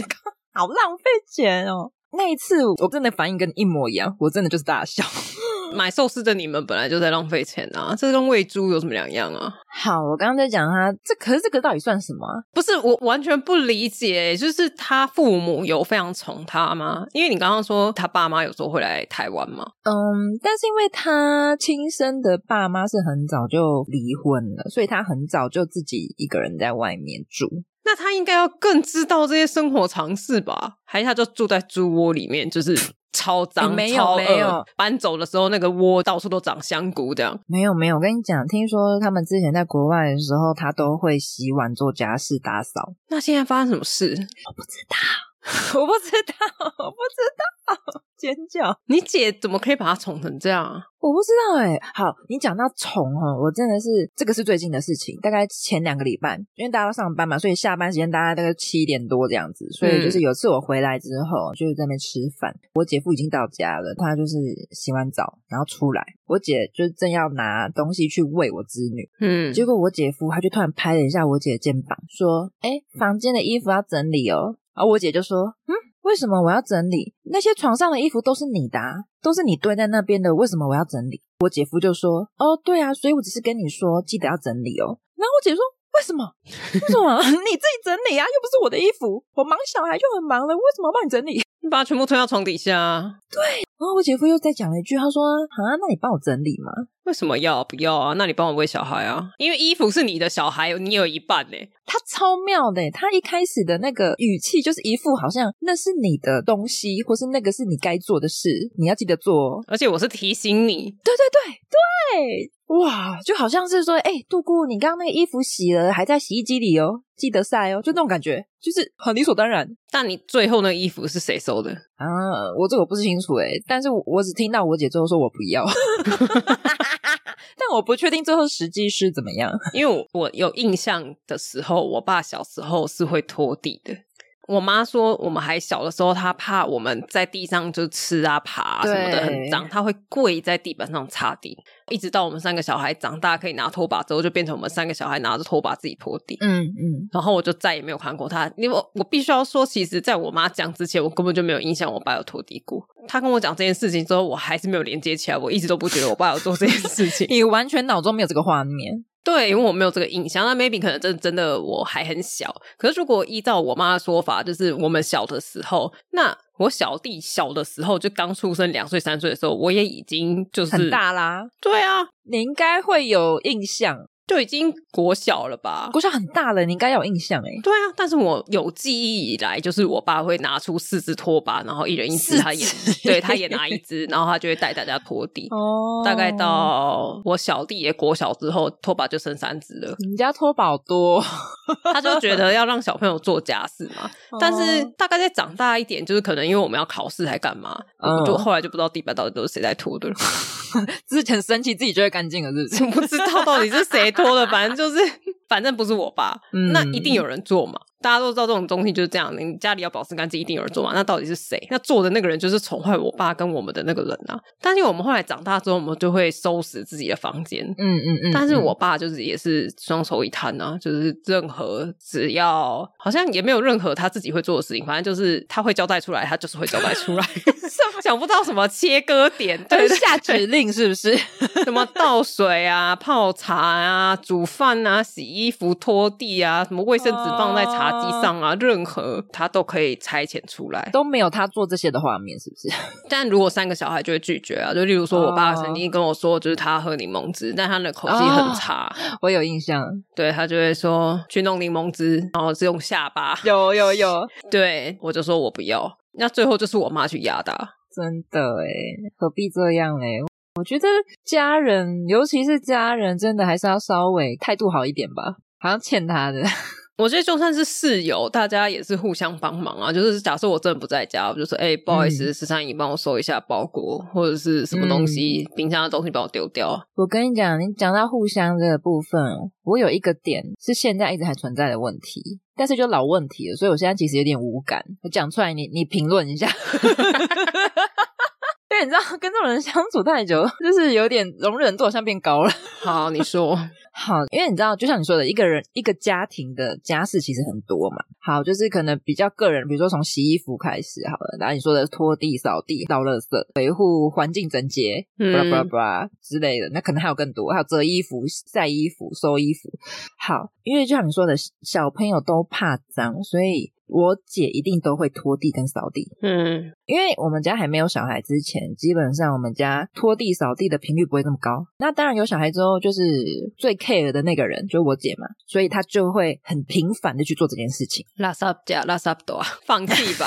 [SPEAKER 2] 好浪费钱哦！那一次我真的反应跟你一模一样，我真的就是大笑。
[SPEAKER 1] 买寿司的你们本来就在浪费钱啊，这跟喂猪有什么两样啊？
[SPEAKER 2] *laughs* 好，我刚刚在讲他这，可是这个到底算什么啊、
[SPEAKER 1] 不是，我完全不理解，欸就是他父母有非常宠他吗？因为你刚刚说他爸妈有时候会来台湾嘛，
[SPEAKER 2] 嗯，但是因为他亲生的爸妈是很早就离婚了，所以他很早就自己一个人在外面住。
[SPEAKER 1] 那他应该要更知道这些生活常识吧？还是他就住在猪窝里面，就是超脏、
[SPEAKER 2] 欸没有
[SPEAKER 1] 超恶
[SPEAKER 2] 没有
[SPEAKER 1] 搬走的时候那个窝到处都长香菇，这样
[SPEAKER 2] 没有没有，我跟你讲，听说他们之前在国外的时候，他都会洗碗、做家事、打扫。 *laughs*
[SPEAKER 1] 那现在发生什么事？
[SPEAKER 2] 我不知道，我不知道，尖叫！
[SPEAKER 1] 你姐怎么可以把他宠成这样啊？
[SPEAKER 2] 我不知道哎、好，你讲到虫哦，我真的是这个是最近的事情，大概前两个礼拜，因为大家都上班嘛，所以下班时间大概大概七点多这样子，所以就是有次我回来之后，就是在那边吃饭，我姐夫已经到家了，他就是洗完澡然后出来，我姐就正要拿东西去喂我侄女，
[SPEAKER 1] 嗯，
[SPEAKER 2] 结果我姐夫他就突然拍了一下我姐的肩膀，说：“哎、房间的衣服要整理哦。”然后我姐就说：“嗯，为什么我要整理？那些床上的衣服都是你的、啊，都是你堆在那边的，为什么我要整理？”我姐夫就说：“哦，对啊，所以我只是跟你说，记得要整理哦。”然后我姐说。为什么？为什么你自己整理啊？又不是我的衣服，我忙小孩就很忙了，为什么要帮你整理？
[SPEAKER 1] 你把他全部推到床底下啊，
[SPEAKER 2] 然后我姐夫又再讲了一句，他说：“啊，那你帮我整理嘛？”
[SPEAKER 1] 为什么要不要啊？那你帮我喂小孩啊，因为衣服是你的小孩，你有一半欸呢、
[SPEAKER 2] 他超妙的耶，他一开始的那个语气就是一副好像那是你的东西，或是那个是你该做的事，你要记得做哦。
[SPEAKER 1] 而且我是提醒你，
[SPEAKER 2] 对对对对，哇，就好像是说，哎、杜姑，你刚刚那个衣服洗了，还在洗衣机里哦，记得晒哦，就那种感觉，就是很理所当然。
[SPEAKER 1] 但你最后那衣服是谁收的？ *laughs*
[SPEAKER 2] 啊，我这个我不是清楚诶，但是我我只听到我姐最后说我不要， *laughs* 但我不确定最后实际是怎么样。
[SPEAKER 1] 因为我我有印象的时候，我爸小时候是会拖地的。我妈说，我们还小的时候，她怕我们在地上就吃啊、爬啊什么的
[SPEAKER 2] 对
[SPEAKER 1] 很脏，她会跪在地板上擦地。一直到我们三个小孩长大，可以拿拖把之后，就变成我们三个小孩拿着拖把自己拖地。
[SPEAKER 2] 嗯嗯，
[SPEAKER 1] 然后我就再也没有看过她。因为我我必须要说，其实在我妈讲之前，我根本就没有印象我爸有拖地过。她跟我讲这件事情之后，我还是没有连接起来，我一直都不觉得我爸有做这件事情。
[SPEAKER 2] 你完全脑中没有这个画面，
[SPEAKER 1] 对，因为我没有这个印象。那 maybe 可能真真的我还很小。可是如果依照我妈的说法，就是我们小的时候，那我小弟小的时候就刚出生两岁三岁的时候，我也已经就是
[SPEAKER 2] 很大，啦，
[SPEAKER 1] 对啊，
[SPEAKER 2] 你应该会有印象。
[SPEAKER 1] 就已经国小了吧？
[SPEAKER 2] 国小很大了，你应该有印象哎、
[SPEAKER 1] 对啊，但是我有记忆以来，就是我爸会拿出四只拖把，然后一人一只，
[SPEAKER 2] 四
[SPEAKER 1] 他也
[SPEAKER 2] 只
[SPEAKER 1] 对，他也拿一只，然后他就会带大家拖地。
[SPEAKER 2] 哦
[SPEAKER 1] 大概到我小弟也国小之后，拖把就剩三只
[SPEAKER 2] *laughs*
[SPEAKER 1] 了。
[SPEAKER 2] 你们家拖宝 *laughs* 多，
[SPEAKER 1] 他就觉得要让小朋友做家事嘛。
[SPEAKER 2] 哦
[SPEAKER 1] 但是大概再长大一点，就是可能因为我们要考试还干嘛，
[SPEAKER 2] 嗯
[SPEAKER 1] 我就后来就不知道地板到底都是谁在拖的了，
[SPEAKER 2] *laughs*
[SPEAKER 1] *laughs*
[SPEAKER 2] 之前生气自己就会干净了，是不
[SPEAKER 1] 我
[SPEAKER 2] 是？
[SPEAKER 1] 不知道到底是谁拖的，反正就是 *laughs* 反正不是我爸，
[SPEAKER 2] *laughs* 嗯
[SPEAKER 1] 那一定有人做嘛。大家都知道这种东西就是这样，你家里要保持干净，一定有人做嘛。那到底是谁？那做的那个人就是宠坏我爸跟我们的那个人啊。但是因为我们后来长大之后，我们就会收拾自己的房间，
[SPEAKER 2] 嗯嗯嗯
[SPEAKER 1] 但是我爸就是也是双手一摊啊，就是任何只要好像也没有任何他自己会做的事情，反正就是他会交代出来，他就是会交代出来，想不到什么切割点，对
[SPEAKER 2] *laughs* 对
[SPEAKER 1] 对
[SPEAKER 2] 下指令是不是？
[SPEAKER 1] *laughs* 什么倒水啊、泡茶啊、煮饭啊、洗衣服、拖地啊，什么卫生纸放在茶几上啊，任何他都可以差遣出来。
[SPEAKER 2] *laughs* 都没有他做这些的画面，是不是？ *laughs*
[SPEAKER 1] 但如果三个小孩就会拒绝啊，就例如说我爸曾经跟我说，就是他喝柠檬汁，但他的口气很差。
[SPEAKER 2] 我有印象，
[SPEAKER 1] 对他就会说去弄柠檬汁，然后是用下巴。 *laughs*
[SPEAKER 2] 有有有，
[SPEAKER 1] 对我就说我不要，那最后就是我妈去压的啊。
[SPEAKER 2] 真的哎，何必这样哎？我觉得家人，尤其是家人，真的还是要稍微态度好一点吧，好像欠他的。
[SPEAKER 1] 我觉得就算是室友，大家也是互相帮忙啊。就是假设我真的不在家，我就说，哎、不好意思，十三姨帮我收一下包裹或者是什么东西，冰箱的东西帮我丢掉。
[SPEAKER 2] 我跟你讲，你讲到互相这个部分，哦我有一个点是现在一直还存在的问题，但是就老问题了，所以我现在其实有点无感。我讲出来你，你评论一下。 *laughs* 对，你知道跟这种人相处太久，就是有点容忍度好像变高了。
[SPEAKER 1] 好，你说，
[SPEAKER 2] 好，因为你知道，就像你说的，一个人一个家庭的家事其实很多嘛。好，就是可能比较个人，比如说从洗衣服开始好了，然后你说的拖地、扫地、倒垃圾、维护环境整洁，
[SPEAKER 1] 嗯
[SPEAKER 2] 巴拉巴拉巴拉之类的，那可能还有更多，还有折衣服、晒衣服、收衣服。好，因为就像你说的，小朋友都怕脏，所以我姐一定都会拖地跟扫地。
[SPEAKER 1] *laughs* 嗯，
[SPEAKER 2] 因为我们家还没有小孩之前，基本上我们家拖地扫地的频率不会那么高。那当然有小孩之后，就是最 care 的那个人就是我姐嘛，所以她就会很频繁的去做这件事情。
[SPEAKER 1] 拉萨加拉萨多，啊放弃 *laughs* 吧。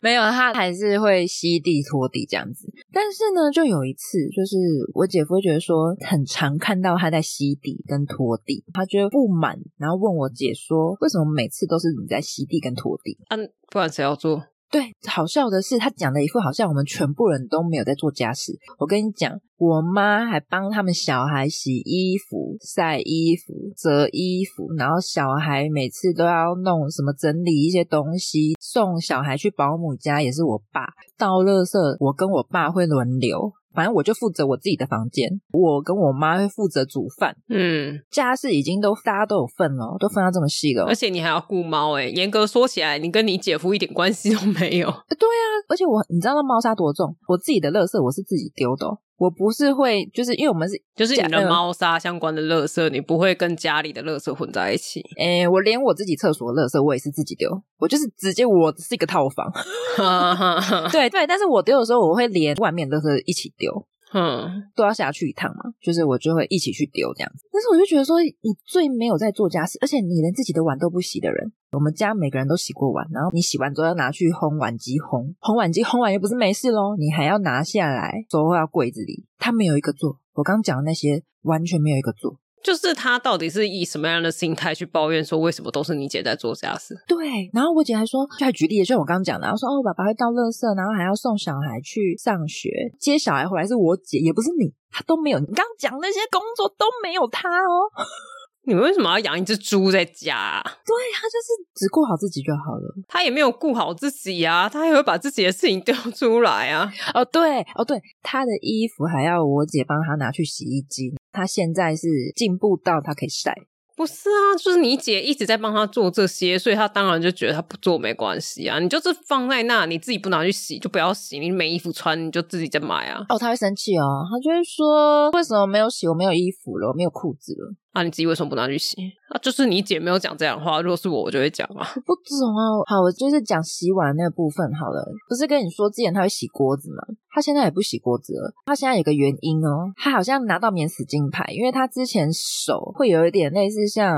[SPEAKER 2] 没有，她还是会吸地拖地这样子。但是呢，就有一次，就是我姐夫会觉得说，很常看到她在吸地跟拖地，她觉得不满，然后问我姐说，为什么每次都是你在吸地跟拖地？
[SPEAKER 1] 啊，不然谁要做？
[SPEAKER 2] 对，好笑的是，他讲的一副好像我们全部人都没有在做家事。我跟你讲，我妈还帮他们小孩洗衣服、晒衣服、折衣服，然后小孩每次都要弄什么整理一些东西，送小孩去保姆家也是我爸，倒垃圾我跟我爸会轮流。反正我就负责我自己的房间，我跟我妈会负责煮饭，
[SPEAKER 1] 嗯，
[SPEAKER 2] 家事已经都大家都有份了，都分到这么细了
[SPEAKER 1] 而。且你还要顾猫哎、严格说起来，你跟你姐夫一点关系都没有。
[SPEAKER 2] 对啊，而且我你知道那猫砂多重？我自己的垃圾我是自己丢的哦、我不是会就是因为我们是
[SPEAKER 1] 就是你
[SPEAKER 2] 假
[SPEAKER 1] 的猫砂相关的垃圾，你不会跟家里的垃圾混在一起。
[SPEAKER 2] 诶、我连我自己厕所的垃圾我也是自己丢，我就是直接我是一个套房， *laughs* 对对，但是我丢的时候我会连外面的垃圾一起丢。
[SPEAKER 1] 嗯，
[SPEAKER 2] 都要下去一趟嘛，就是我就会一起去丢这样子。但是我就觉得说，你最没有在做家事，而且你连自己的碗都不洗的人，我们家每个人都洗过碗，然后你洗完之后要拿去烘碗机烘，烘碗机烘完又不是没事喽，你还要拿下来收到柜子里，他没有一个做。我刚讲的那些完全没有一个做。
[SPEAKER 1] *laughs* 就是他到底是以什么样的心态去抱怨说为什么都是你姐在做家事？
[SPEAKER 2] 对，然后我姐还说，就还举例，就像我刚刚讲的，她说哦，爸爸会倒垃圾，然后还要送小孩去上学，接小孩回来是我姐，也不是你，她都没有。你刚刚讲那些工作都没有她哦。
[SPEAKER 1] 你们为什么要养一只猪在家、啊？
[SPEAKER 2] 对他就是只顾好自己就好了。
[SPEAKER 1] 他也没有顾好自己啊，他还会把自己的事情丢出来啊。
[SPEAKER 2] 哦，对，哦对，他的衣服还要我姐帮他拿去洗衣机。他现在是进步到他可以晒。
[SPEAKER 1] 不是啊，就是你姐一直在帮他做这些，所以他当然就觉得他不做没关系啊。你就是放在那，你自己不拿去洗就不要洗，你没衣服穿你就自己再买啊。
[SPEAKER 2] 哦，他会生气哦，他就会说为什么没有洗？我没有衣服了，我没有裤子了。
[SPEAKER 1] 啊，你自己为什么不拿去洗？啊，就是你姐没有讲这样的话，如果是我，我就会讲啊。
[SPEAKER 2] 我不懂啊。好，我就是讲洗碗那个部分好了。不是跟你说之前他会洗锅子吗？他现在也不洗锅子了。他现在有个原因哦，他好像拿到免死金牌，因为他之前手会有一点类似像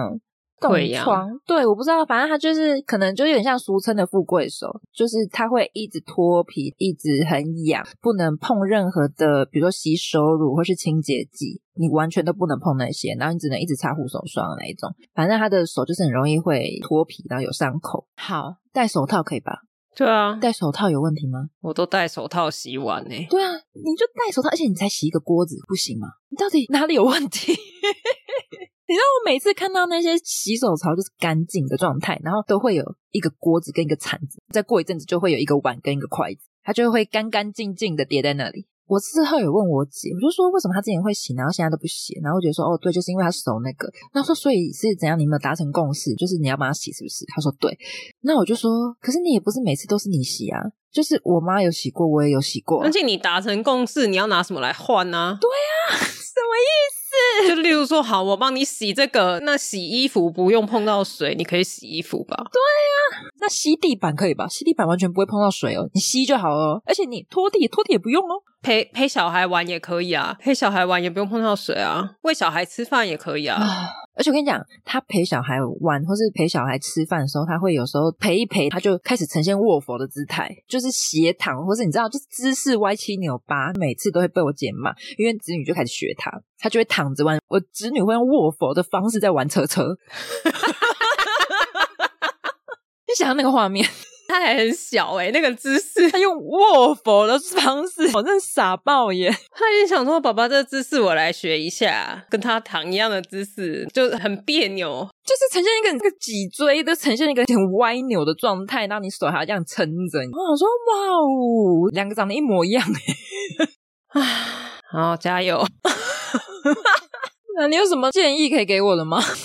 [SPEAKER 2] 冻
[SPEAKER 1] 溃疡
[SPEAKER 2] 疮。对，我不知道，反正他就是可能就有点像俗称的富贵手，就是他会一直脱皮，一直很痒，不能碰任何的，比如说洗手乳或是清洁剂。你完全都不能碰那些，然后你只能一直擦护手霜的那一种。反正他的手就是很容易会脱皮，然后有伤口。好，戴手套可以吧？
[SPEAKER 1] 对啊，
[SPEAKER 2] 戴手套有问题吗？
[SPEAKER 1] *laughs* 我都戴手套洗碗欸呢、
[SPEAKER 2] 对啊，你就戴手套，而且你才洗一个锅子，不行吗？你到底哪里有问题？ *laughs* 你知道我每次看到那些洗手槽就是干净的状态，然后都会有一个锅子跟一个铲子，再过一阵子就会有一个碗跟一个筷子，它就会干干净净的叠在那里。我事后有问我姐，我就说为什么她之前会洗，然后现在都不洗？然后我姐说哦，对，就是因为她手那个。那我说所以是怎样？你们有达成共识，就是你要帮她洗，是不是？她说对。那我就说，可是你也不是每次都是你洗啊，就是我妈有洗过，我也有洗过啊、
[SPEAKER 1] 而且你达成共识，你要拿什么来换呢、
[SPEAKER 2] 什么意
[SPEAKER 1] 就例如说，好，我帮你洗这个，那洗衣服不用碰到水，你可以洗衣服吧？
[SPEAKER 2] 思？那吸地板可以吧？吸地板完全不会碰到水哦，你吸就好哦。而且你拖地，拖地也不用哦。
[SPEAKER 1] 陪陪小孩玩也可以啊，陪小孩玩也不用碰到水啊，喂小孩吃饭也可以啊。
[SPEAKER 2] 啊！而且我跟你讲，他陪小孩玩或是陪小孩吃饭的时候，他会有时候陪一陪，他就开始呈现卧佛的姿态，就是斜躺，或是你知道，就是姿势歪七扭八，每次都会被我姐骂，因为子女就开始学他，他就会躺着玩。我侄女会用卧佛的方式在玩车 *laughs* 车。你想象那个画面，
[SPEAKER 1] 他还很小哎、那个姿势， *laughs*
[SPEAKER 2] 他用卧佛的方式，我真的傻爆耶！
[SPEAKER 1] 他也想说，爸爸这姿势我来学一下，啊跟他躺一样的姿势，就很别扭。
[SPEAKER 2] 就是呈现一个那个脊椎都呈现一个很歪扭的状态，然后你手还要这样撑着。我想说，哇哦，两个长得一模一样欸 *laughs*
[SPEAKER 1] 好，加油！
[SPEAKER 2] 那你有什么建议可以给我的吗？ *laughs*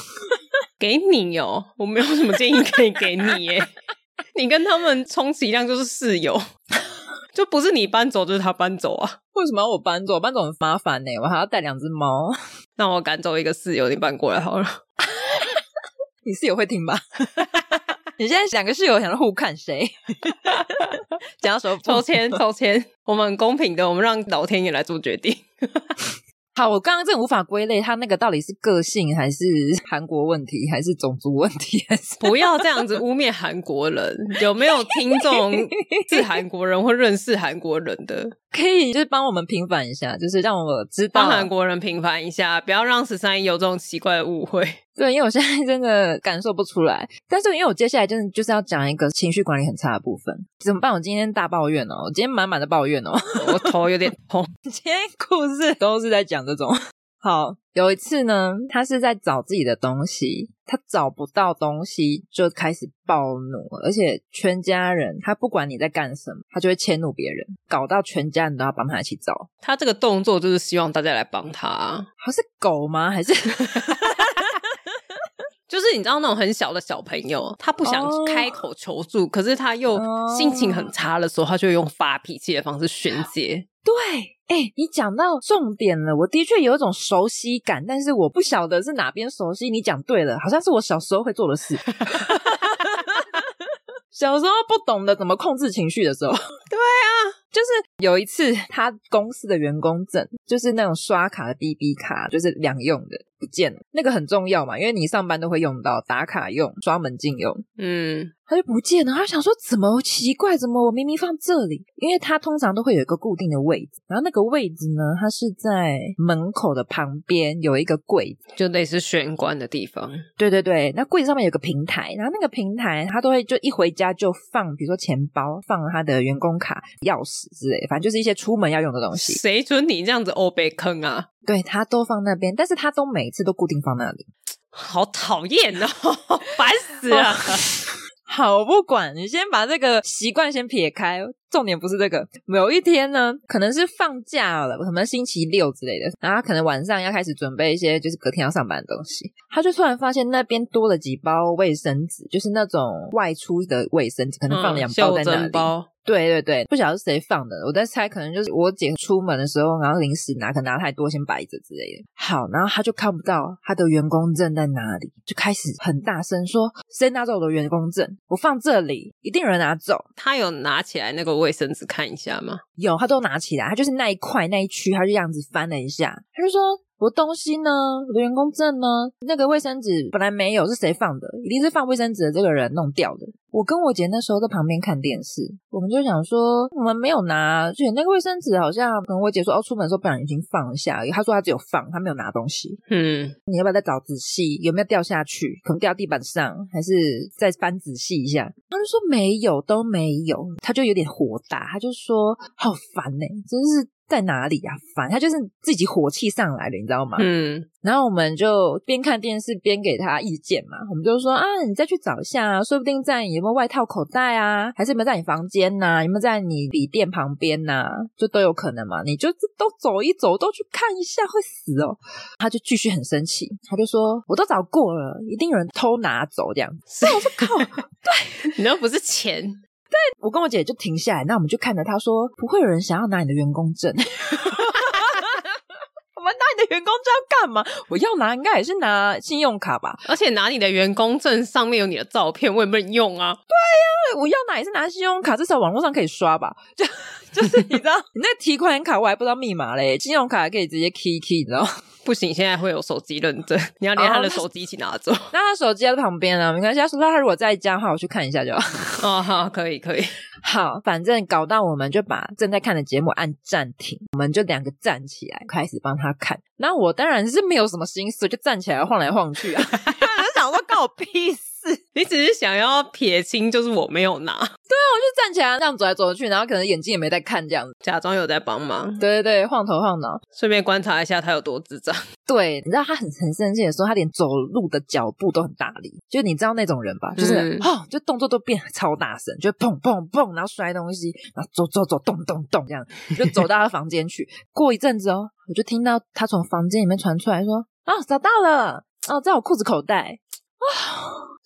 [SPEAKER 1] 给你哦，我没有什么建议可以给你耶。 *laughs* 你跟他们充其量就是室友， *laughs* 就不是你搬走就是他搬走啊。
[SPEAKER 2] 为什么要我搬走？搬走很麻烦呢、我还要带两只猫。 *laughs*
[SPEAKER 1] 那我赶走一个室友，你搬过来好了。
[SPEAKER 2] 你室友会听吧？ *laughs* 你现在两个室友想要互看谁？讲到手
[SPEAKER 1] 抽签，抽签，我们很公平的，我们让老天爷来做决定。 *laughs*
[SPEAKER 2] 好，我刚刚真的无法归类，他那个到底是个性还是韩国问题，还是种族问题，还是 *laughs*
[SPEAKER 1] 不要这样子污蔑韩国人。有没有听众是韩国人或认识韩国人的？
[SPEAKER 2] 可以就是帮我们平反一下，就是让我知道
[SPEAKER 1] 帮韩国人平反一下，不要让十三姨有这种奇怪的误会。 *laughs*
[SPEAKER 2] 对，因为我现在真的感受不出来，但是因为我接下来真的就是要讲一个情绪管理很差的部分，怎么办？我今天大抱怨哦，我今天满满的抱怨哦， *laughs*
[SPEAKER 1] 我头有点痛。
[SPEAKER 2] 今天故事都是在讲这种。好，有一次呢，他是在找自己的东西，他找不到东西就开始暴怒，而且全家人，他不管你在干什么，他就会迁怒别人，搞到全家人都要帮他一起找。
[SPEAKER 1] 他这个动作就是希望大家来帮他，啊
[SPEAKER 2] 好是狗吗？还是
[SPEAKER 1] 就是你知道那种很小的小朋友，他不想
[SPEAKER 2] 哦
[SPEAKER 1] 开口求助，可是他又
[SPEAKER 2] 哦
[SPEAKER 1] 心情很差的时候，他就会用发脾气的方式宣泄。
[SPEAKER 2] 对，哎、你讲到重点了。我的确有一种熟悉感，但是我不晓得是哪边熟悉。你讲对了，好像是我小时候会做的事。 *laughs* 小时候不懂得怎么控制情绪的时候， *laughs* 对啊，就是有一次他公司的员工证，就是那种刷卡的 BB 卡，就是两用的不见了，那个很重要嘛，因为你上班都会用到，打卡用、刷门禁用。
[SPEAKER 1] 嗯，
[SPEAKER 2] 他就不见了。他想说怎么奇怪，怎么我明明放这里？因为他通常都会有一个固定的位置，然后那个位置呢，它是在门口的旁边有一个柜子。
[SPEAKER 1] 就类似玄关的地方。
[SPEAKER 2] 对对对，那柜子上面有个平台，然后那个平台他都会就一回家就放，比如说钱包、放他的员工卡、钥匙之类的，反正就是一些出门要用的东西。
[SPEAKER 1] 谁准你这样子欧被坑啊？
[SPEAKER 2] 对他都放那边，但是他都每次都固定放那里。
[SPEAKER 1] 好讨厌哦， *laughs* 烦死了。
[SPEAKER 2] 好，我不管你，先把这个习惯先撇开。重点不是这个。某一天呢，可能是放假了，可能星期六之类的，然后他可能晚上要开始准备一些就是隔天要上班的东西。他就突然发现那边多了几包卫生纸，就是那种外出的卫生纸，可 *laughs* 能放两包在
[SPEAKER 1] 嗯袖
[SPEAKER 2] 那里。
[SPEAKER 1] 珍包，
[SPEAKER 2] 对对对，不晓得是谁放的，我在猜，可能就是我姐出门的时候，然后临时拿，可能拿太多，先摆着之类的。好，然后她就看不到她的员工证在哪里，就开始很大声说：“谁拿走我的员工证？我放这里，一定有人拿走。
[SPEAKER 1] 他有拿起来那个卫生纸看一下吗？”
[SPEAKER 2] 有，她都拿起来，她就是那一块那一区，她就这样子翻了一下，她就说。我的东西呢？我的员工证呢？那个卫生纸本来没有，是谁放的？一定是放卫生纸的这个人弄掉的。我跟我姐那时候在旁边看电视，我们就想说我们没有拿，而且那个卫生纸好像可能我姐说哦，出门的时候不小心放一下而已，她说她只有放，她没有拿东西。
[SPEAKER 1] 嗯，
[SPEAKER 2] 你要不要再找仔细？有没有掉下去？可能掉地板上，还是再翻仔细一下？他就说没有，都没有。他就有点火大，他就说好烦呢、真是在哪里呀、啊烦！他就是自己火气上来了，你知道吗？
[SPEAKER 1] 嗯，
[SPEAKER 2] 然后我们就边看电视边给他意见嘛，我们就说啊，你再去找一下啊，说不定在你有没有外套口袋啊，还是有没有在你房间呐、有没有在你笔电旁边呐、就都有可能嘛。你就都走一走，都去看一下，会死哦。他就继续很生气，他就说我都找过了，一定有人偷拿走这样子。 *laughs*
[SPEAKER 1] 是我说靠，对，你又不是钱，
[SPEAKER 2] 我跟我姐就停下来，那我们就看着他说，不会有人想要拿你的员工证。 *laughs* 我们拿你的员工证要干嘛？我要拿应该也是拿信用卡吧。
[SPEAKER 1] 而且拿你的员工证上面有你的照片，我也没有用啊。
[SPEAKER 2] 我要拿也是拿信用卡，至少网络上可以刷吧。就就是你知道， *laughs* 你那个提款卡我还不知道密码嘞，信用卡还可以直接 key key，你知道吗？ *laughs*
[SPEAKER 1] 不行，现在会有手机认证，你要连他的手机一起拿走。
[SPEAKER 2] 那他手机在旁边啊，没关系。他说他如果在家的话，我去看一下就好。
[SPEAKER 1] 哦，好，可以，可以。
[SPEAKER 2] *laughs* 好，反正搞到我们就把正在看的节目按暂停，我们就两个站起来开始帮他看。那我当然是没有什么心思，我就站起来晃来晃去啊， *laughs* 我想说关我屁事。
[SPEAKER 1] 你只是想要撇清，就是我没有拿，
[SPEAKER 2] *laughs* 就站起来这样走来走去，然后可能眼睛也没在看这样子。
[SPEAKER 1] 假装有在帮忙，
[SPEAKER 2] 对对对，晃头晃脑。
[SPEAKER 1] 顺便观察一下他有多智障。
[SPEAKER 2] 对，你知道他很很生气的时候，他连走路的脚步都很大力，就你知道那种人吧，就
[SPEAKER 1] 嗯
[SPEAKER 2] 是、哦，就动作都变超大声，就砰砰砰，然后摔东西，然后走走走，咚咚咚，这样就走到他房间去。过一阵子哦，我就听到他从房间里面传出来说：“啊、找到了，哦，在我裤子口袋。”啊，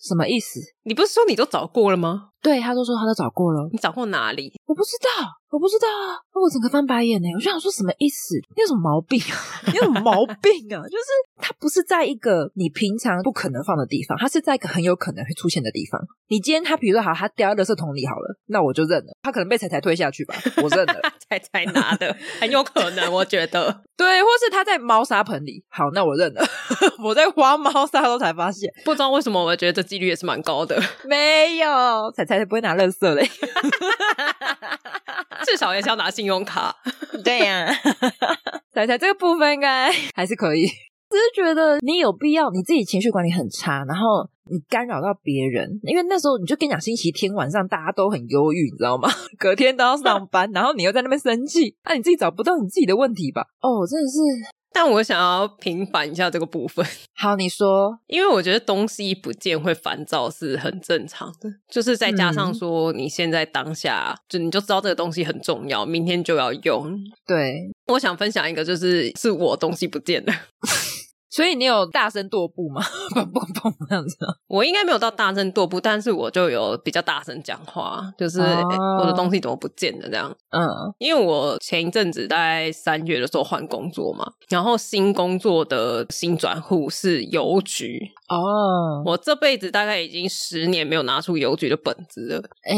[SPEAKER 2] 什么意思？
[SPEAKER 1] 你不是说你都找过了吗？
[SPEAKER 2] 对，他都说他都找过了，
[SPEAKER 1] 你找过哪里？
[SPEAKER 2] 我不知道，我不知道啊！我整个翻白眼呢，我就想说什么意思？你有什么毛病啊？ *laughs* 你有什么毛病啊？就是它不是在一个你平常不可能放的地方，它是在一个很有可能会出现的地方。你今天它比如说好，它掉在垃圾桶里好了，那我就认了，它可能被彩彩推下去吧，我认了。 *laughs*
[SPEAKER 1] *laughs* 才才拿的，很有可能，我觉得
[SPEAKER 2] 对，或是它在猫砂盆里，好，那我认了。 *laughs* 我在挖猫砂的时候才发现，
[SPEAKER 1] 不知道为什么，我觉得这几率也是蛮高的，
[SPEAKER 2] 没有彩彩才不会拿垃圾嘞。
[SPEAKER 1] 至少也是要拿信用卡。
[SPEAKER 2] 对呀、 *laughs* 彩彩这个部分应该 *laughs* 还是可以。只是觉得你有必要，你自己情绪管理很差，然后你干扰到别人，因为那时候你就跟你讲，星期天晚上大家都很忧郁，你知道吗？ *laughs* 隔天都要 *laughs* 上班，然后你又在那边生气，那、你自己找不到你自己的问题吧？哦，真的是
[SPEAKER 1] 但我想要平反一下这个部分，
[SPEAKER 2] 好，你说
[SPEAKER 1] 因为我觉得东西不见会烦躁是很正常的，就是再加上
[SPEAKER 2] 嗯
[SPEAKER 1] 说你现在当下就你就知道这个东西很重要，明天就要用。
[SPEAKER 2] 对，
[SPEAKER 1] 我想分享一个，就是是我东西不见了。 *laughs*
[SPEAKER 2] 所以你有大声跺步吗？ *laughs* 砰砰砰这样子，
[SPEAKER 1] 我应该没有到大声跺步，但是我就有比较大声讲话，就是、
[SPEAKER 2] 哦
[SPEAKER 1] 诶我的东西怎么不见了这样。
[SPEAKER 2] 嗯
[SPEAKER 1] 因为我前一阵子在三月的时候换工作嘛，然后新工作的新转户是邮局，
[SPEAKER 2] 哦，
[SPEAKER 1] 我这辈子大概已经十年没有拿出邮局的本子了。
[SPEAKER 2] 哎，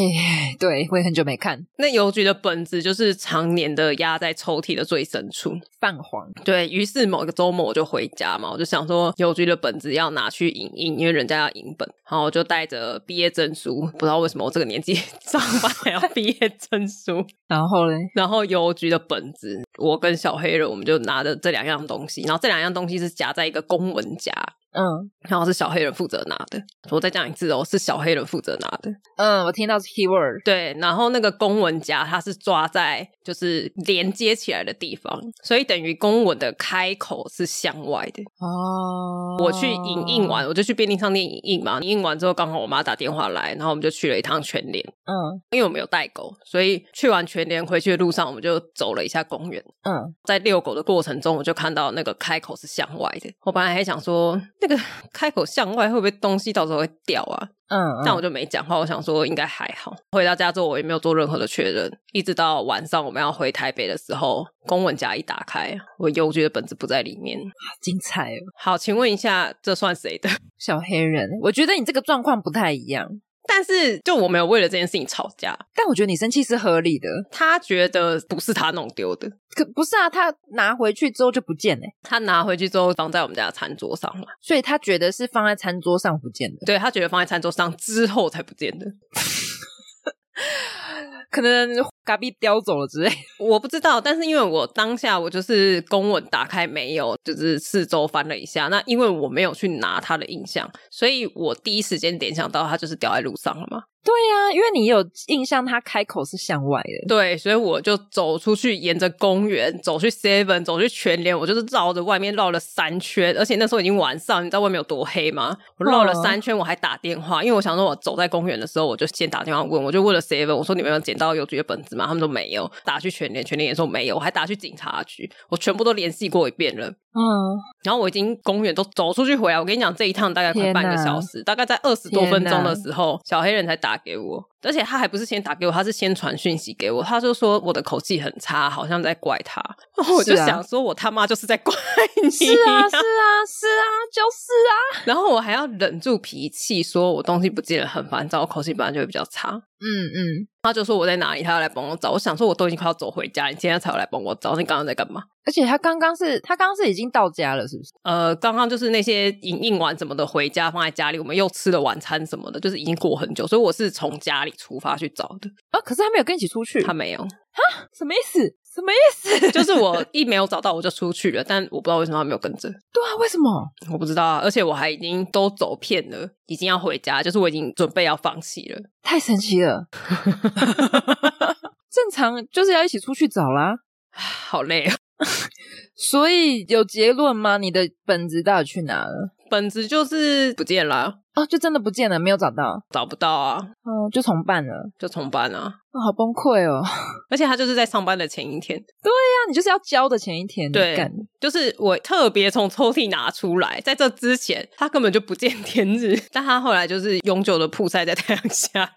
[SPEAKER 2] 对，我也很久没看
[SPEAKER 1] 那邮局的本子就是常年的压在抽屉的最深处。
[SPEAKER 2] 泛黄，
[SPEAKER 1] 对于是某个周末我就回家嘛，我就想说邮局的本子要拿去影印，因为人家要影本，然后我就带着毕业证书，不知道为什么我这个年纪 *laughs* 上班还要毕业证书，
[SPEAKER 2] 然后嘞，
[SPEAKER 1] 然后邮局的本子，我跟小黑人我们就拿着这两样东西，然后这两样东西是夹在一个公文夹，
[SPEAKER 2] 嗯
[SPEAKER 1] 然后是小黑人负责拿的。我再讲一次哦，是小黑人负责拿的。
[SPEAKER 2] 嗯，我听到是 keyword，
[SPEAKER 1] 对，然后那个公文夹它是抓在就是连接起来的地方，所以等于公文的开口是向外的。
[SPEAKER 2] 哦，
[SPEAKER 1] 我去影印完，我就去便利商店影印嘛。影印完之后，刚好我妈打电话来，然后我们就去了一趟全联，
[SPEAKER 2] 嗯
[SPEAKER 1] 因为我们有带狗，所以去完全联回去的路上，我们就走了一下公园。
[SPEAKER 2] 嗯，
[SPEAKER 1] 在遛狗的过程中，我就看到那个开口是向外的。我本来还想说，那个开口向外会不会东西到时候会掉啊？
[SPEAKER 2] 嗯，
[SPEAKER 1] 但我就没讲话，我想说应该还好。回到家之后，我也没有做任何的确认，一直到晚上我们要回台北的时候，公文夹一打开，我邮局的本子不在里面。
[SPEAKER 2] 好精彩哦，
[SPEAKER 1] 好，请问一下，这算谁的？ *laughs*
[SPEAKER 2] 小黑人，欸我觉得你这个状况不太一样，
[SPEAKER 1] 但是就我没有为了这件事情吵架，
[SPEAKER 2] 但我觉得你生气是合理的，
[SPEAKER 1] 他觉得不是他弄丢的，
[SPEAKER 2] 可不是啊，他拿回去之后就不见了，欸
[SPEAKER 1] 他拿回去之后放在我们家的餐桌上了。
[SPEAKER 2] 所以他觉得是放在餐桌上不见的，
[SPEAKER 1] 对他觉得放在餐桌上之后才不见的，
[SPEAKER 2] 可能嘎比叼走了之类，
[SPEAKER 1] 我不知道。但是因为我当下我就是公文打开没有，就是四周翻了一下。那因为我没有去拿他的印象，所以我第一时间联想到他就是掉在路上了嘛。
[SPEAKER 2] *laughs* 对啊，因为你有印象，他开口是向外的，
[SPEAKER 1] 对，所以我就走出去，沿着公园走去 Seven，走去全联，我就是绕着外面绕了三圈，而且那时候已经晚上，你知道外面有多黑吗？我绕了三圈，我还打电话，因为我想说，我走在公园的时候，我就先打电话问，我就问了 Seven，我说你们有捡到邮局的本子吗？他们说没有，打去全联，全联也说没有，我还打去警察局，我全部都联系过一遍了。
[SPEAKER 2] 嗯，
[SPEAKER 1] 然后我已经公园都走出去回来，我跟你讲，这一趟大概快半个小时，大概在二十多分钟的时候，小黑人才打给我，而且他还不是先打给我，他是先传讯息给我，他就说我的口气很差，好像在怪他，然后我就是
[SPEAKER 2] 啊
[SPEAKER 1] 想说，我他妈就是在
[SPEAKER 2] *laughs*
[SPEAKER 1] 怪你，
[SPEAKER 2] *laughs* 是啊，是啊，是啊，就是啊，
[SPEAKER 1] 然后我还要忍住脾气，说我东西不见了，很烦躁，我口气本来就会比较差，
[SPEAKER 2] 嗯嗯，
[SPEAKER 1] 他就说我在哪里，他要来帮我找，我想说我都已经快要走回家，你现在才要来帮我找，你刚刚在干嘛？
[SPEAKER 2] 而且他刚刚是他刚刚是已经到家了，是不是？
[SPEAKER 1] 呃，刚刚就是那些影印完什么的回家放在家里，我们又吃了晚餐什么的，就是已经过很久，所以我是从家里出发去找的。
[SPEAKER 2] 啊，可是他没有跟你一起出去，
[SPEAKER 1] 他没有，
[SPEAKER 2] 什么意思？什么意思？
[SPEAKER 1] 就是我一没有找到我就出去了，但我不知道为什么他没有跟着，
[SPEAKER 2] 对啊，为什么？
[SPEAKER 1] 我不知道啊。而且我还已经都走遍了，已经要回家，就是我已经准备要放弃了。
[SPEAKER 2] 太神奇 *laughs* 了！正常就是要一起出去找啦，
[SPEAKER 1] 好累啊！
[SPEAKER 2] 所以有结论吗？你的本子到底去哪了？
[SPEAKER 1] 本子就是不见了，啊
[SPEAKER 2] 哦，就真的不见了，没有找到，
[SPEAKER 1] 找不到啊，
[SPEAKER 2] 哦，就重办了，
[SPEAKER 1] 就重办啊。
[SPEAKER 2] 哦、好崩溃哦！ *laughs*
[SPEAKER 1] 而且他就是在上班的前一天，
[SPEAKER 2] 那你就是要交的前一天，
[SPEAKER 1] 对
[SPEAKER 2] 干
[SPEAKER 1] 就是我特别从抽屉拿出来，在这之前它根本就不见天日， *laughs* 但它后来就是永久的曝晒在太阳
[SPEAKER 2] *laughs*
[SPEAKER 1] 下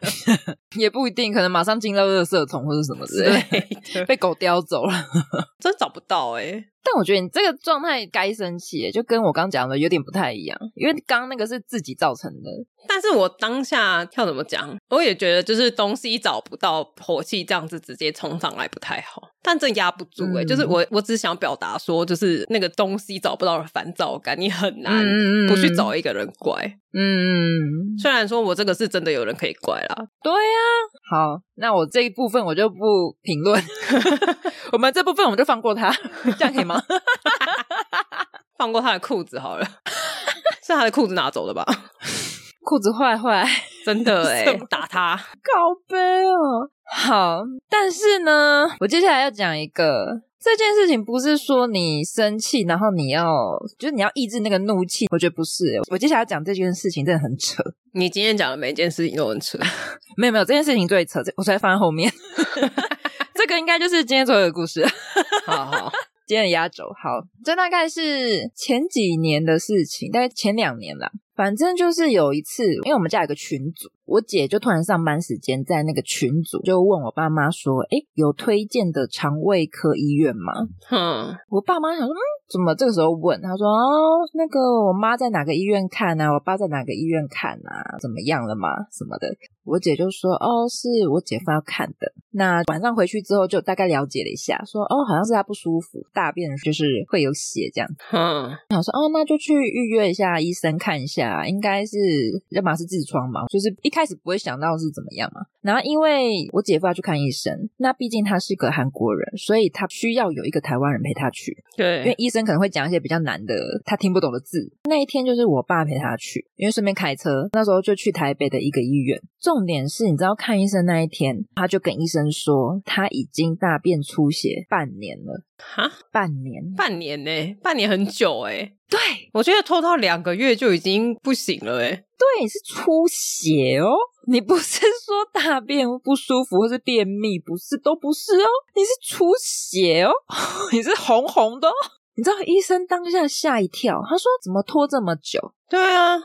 [SPEAKER 2] 也不一定，可能马上进到垃圾桶或者什么之
[SPEAKER 1] 之
[SPEAKER 2] 类，
[SPEAKER 1] 类的，
[SPEAKER 2] *laughs* 被狗叼走了。
[SPEAKER 1] 真找不到哎、
[SPEAKER 2] 但我觉得你这个状态该生气耶，就跟我刚讲的有点不太一样，因为刚刚那个是自己造成的。
[SPEAKER 1] 但是我当下要怎么讲，我也觉得就是东西找不到，火气这样子直接冲上来不太好，但这压不住哎、
[SPEAKER 2] 嗯
[SPEAKER 1] 就是我我只想表达说，就是那个东西找不到的烦躁感，你很难
[SPEAKER 2] 嗯
[SPEAKER 1] 不去，找一个人怪。
[SPEAKER 2] 嗯，
[SPEAKER 1] 虽然说我这个是真的有人可以怪啦，
[SPEAKER 2] 对呀、好，那我这一部分我就不评 *laughs* 论，我们这部分我们就放过他， *laughs* 这样可以吗？
[SPEAKER 1] 放过他的裤子好了， *laughs* 是他的裤子拿走的吧？
[SPEAKER 2] 裤子坏 *laughs* 坏，
[SPEAKER 1] 真 *laughs* 的哎、
[SPEAKER 2] 什么
[SPEAKER 1] 打他！
[SPEAKER 2] 告悲哦。好，但是呢，我接下来要讲一个这件事情，不是说你生气，然后你要就是你要抑制那个怒气，我觉得不是耶。我接下来要讲这件事情真的很扯，
[SPEAKER 1] 你今天讲的每一件事情都很 *laughs* 扯，
[SPEAKER 2] 没有没有，这件事情最扯，这我才放在后面。 *laughs* 这个应该就是今天所有的故事，
[SPEAKER 1] 好好，
[SPEAKER 2] 今天的压轴。好，这大概是前几年的事情，大概前两年啦。反正就是有一次，因为我们家有个群组，我姐就突然上班时间在那个群组就问我爸妈说：“诶，有推荐的肠胃科医院吗？”
[SPEAKER 1] 哼，
[SPEAKER 2] 我爸妈想说，嗯，怎么这个时候问？他说，哦，那个我妈在哪个医院看啊？我爸在哪个医院看啊？怎么样了嘛？什么的。我姐就说，哦，是我姐夫要看的。那晚上回去之后，就大概了解了一下，说，哦，好像是他不舒服，大便就是会有血这样。
[SPEAKER 1] 哼，
[SPEAKER 2] 想啊说，哦，那就去预约一下医生看一下，应该是要么是痔疮嘛，就是一开始不会想到是怎么样嘛。然后因为我姐夫要去看医生，那毕竟他是个韩国人，所以他需要有一个台湾人陪他去，因为
[SPEAKER 1] 对，
[SPEAKER 2] 医生可能会讲一些比较难的他听不懂的字。那一天就是我爸陪他去，因为顺便开车，那时候就去台北的一个医院。重点是，你知道看医生那一天，他就跟医生说他已经大便出血半年了，
[SPEAKER 1] 哈，
[SPEAKER 2] 半年，
[SPEAKER 1] 半年呢、半年很久哎、
[SPEAKER 2] 对
[SPEAKER 1] 我觉得拖到两个月就已经不行了哎、
[SPEAKER 2] 对，是出血哦。你不是说大便不舒服或是便秘，不是都不是哦，你是出血哦， *laughs* 你是红红的、哦。你知道医生当下吓一跳，他说怎么拖这么久？
[SPEAKER 1] 对啊，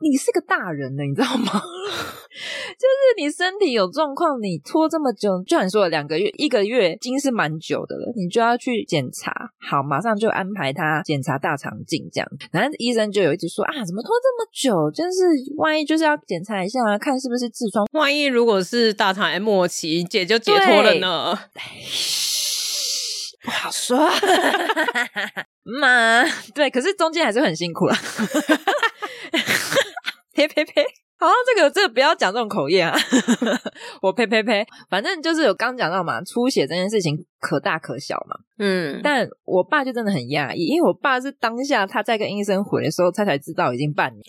[SPEAKER 2] 你是个大人了，你知道吗？ *laughs* 就是你身体有状况，你拖这么久，就像你说的两个月、一个月，已经是蛮久的了，你就要去检查。好，马上就安排他检查大肠镜这样。然后医生就有一直说啊，怎么拖这么久？就是万一就是要检查一下啊，看是不是痔疮。
[SPEAKER 1] 万一如果是大肠癌末期，姐就解脱了呢。
[SPEAKER 2] 不好说，妈， *laughs* 对，可是中间还是很辛苦啦。呸呸呸！好，这个这个不要讲这种口业啊！我呸呸呸！反正就是有刚讲到嘛，出血这件事情可大可小嘛。
[SPEAKER 1] 嗯，
[SPEAKER 2] 但我爸就真的很压抑，因为我爸是当下他在跟医生回的时候，他才知道已经半年，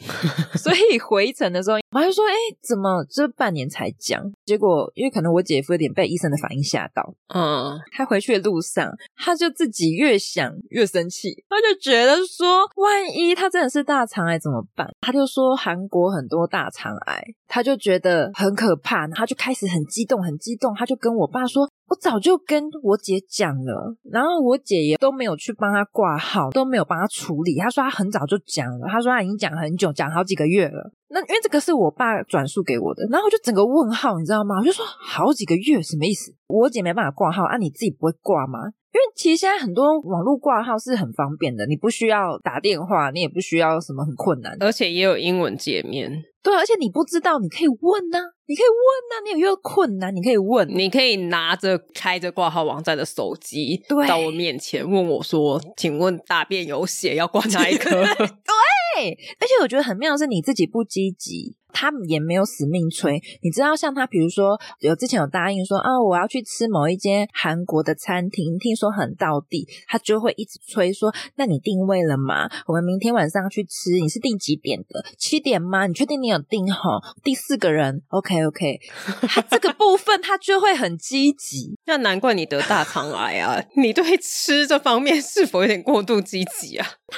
[SPEAKER 2] 所以回程的时候，我还说：“哎、怎么这半年才讲？”结果因为可能我姐夫有点被医生的反应吓到，
[SPEAKER 1] 嗯，
[SPEAKER 2] 他回去的路上，他就自己越想越生气，他就觉得说，万一他真的是大肠癌怎么办？他就说韩国很多大肠癌，他就觉得很可怕，他就开始很激动，很激动，他就跟我爸说。我早就跟我姐讲了，然后我姐也都没有去帮他挂号，都没有帮他处理。他说他很早就讲了，他说他已经讲很久，讲好几个月了。那因为这个是我爸转述给我的，然后我就整个问号，你知道吗？我就说好几个月什么意思？我姐没办法挂号啊，你自己不会挂吗？因为其实现在很多网络挂号是很方便的，你不需要打电话，你也不需要什么很困难。
[SPEAKER 1] 而且也有英文界面，
[SPEAKER 2] 对，啊而且你不知道，你可以问呐、你可以问呐、啊你有遇到困难，你可以问。啊
[SPEAKER 1] 你可以拿着开着挂号网站的手机
[SPEAKER 2] 对
[SPEAKER 1] 到我面前问我说：“请问大便有血要挂哪一科 *laughs*
[SPEAKER 2] 对，而且我觉得很妙的是，你自己不积极，他们也没有死命催。你知道，像他，比如说有之前有答应说啊，我要去吃某一间韩国的餐厅，听说很道地，他就会一直催说，那你定位了吗？我们明天晚上要去吃，你是定几点的？七点吗？你确定你有定好？第四个人，OK OK，他 *laughs* 这个部分他就会很积极。？”
[SPEAKER 1] 那难怪你得大肠癌啊！你对吃这方面是否有点过度积极啊？ *laughs*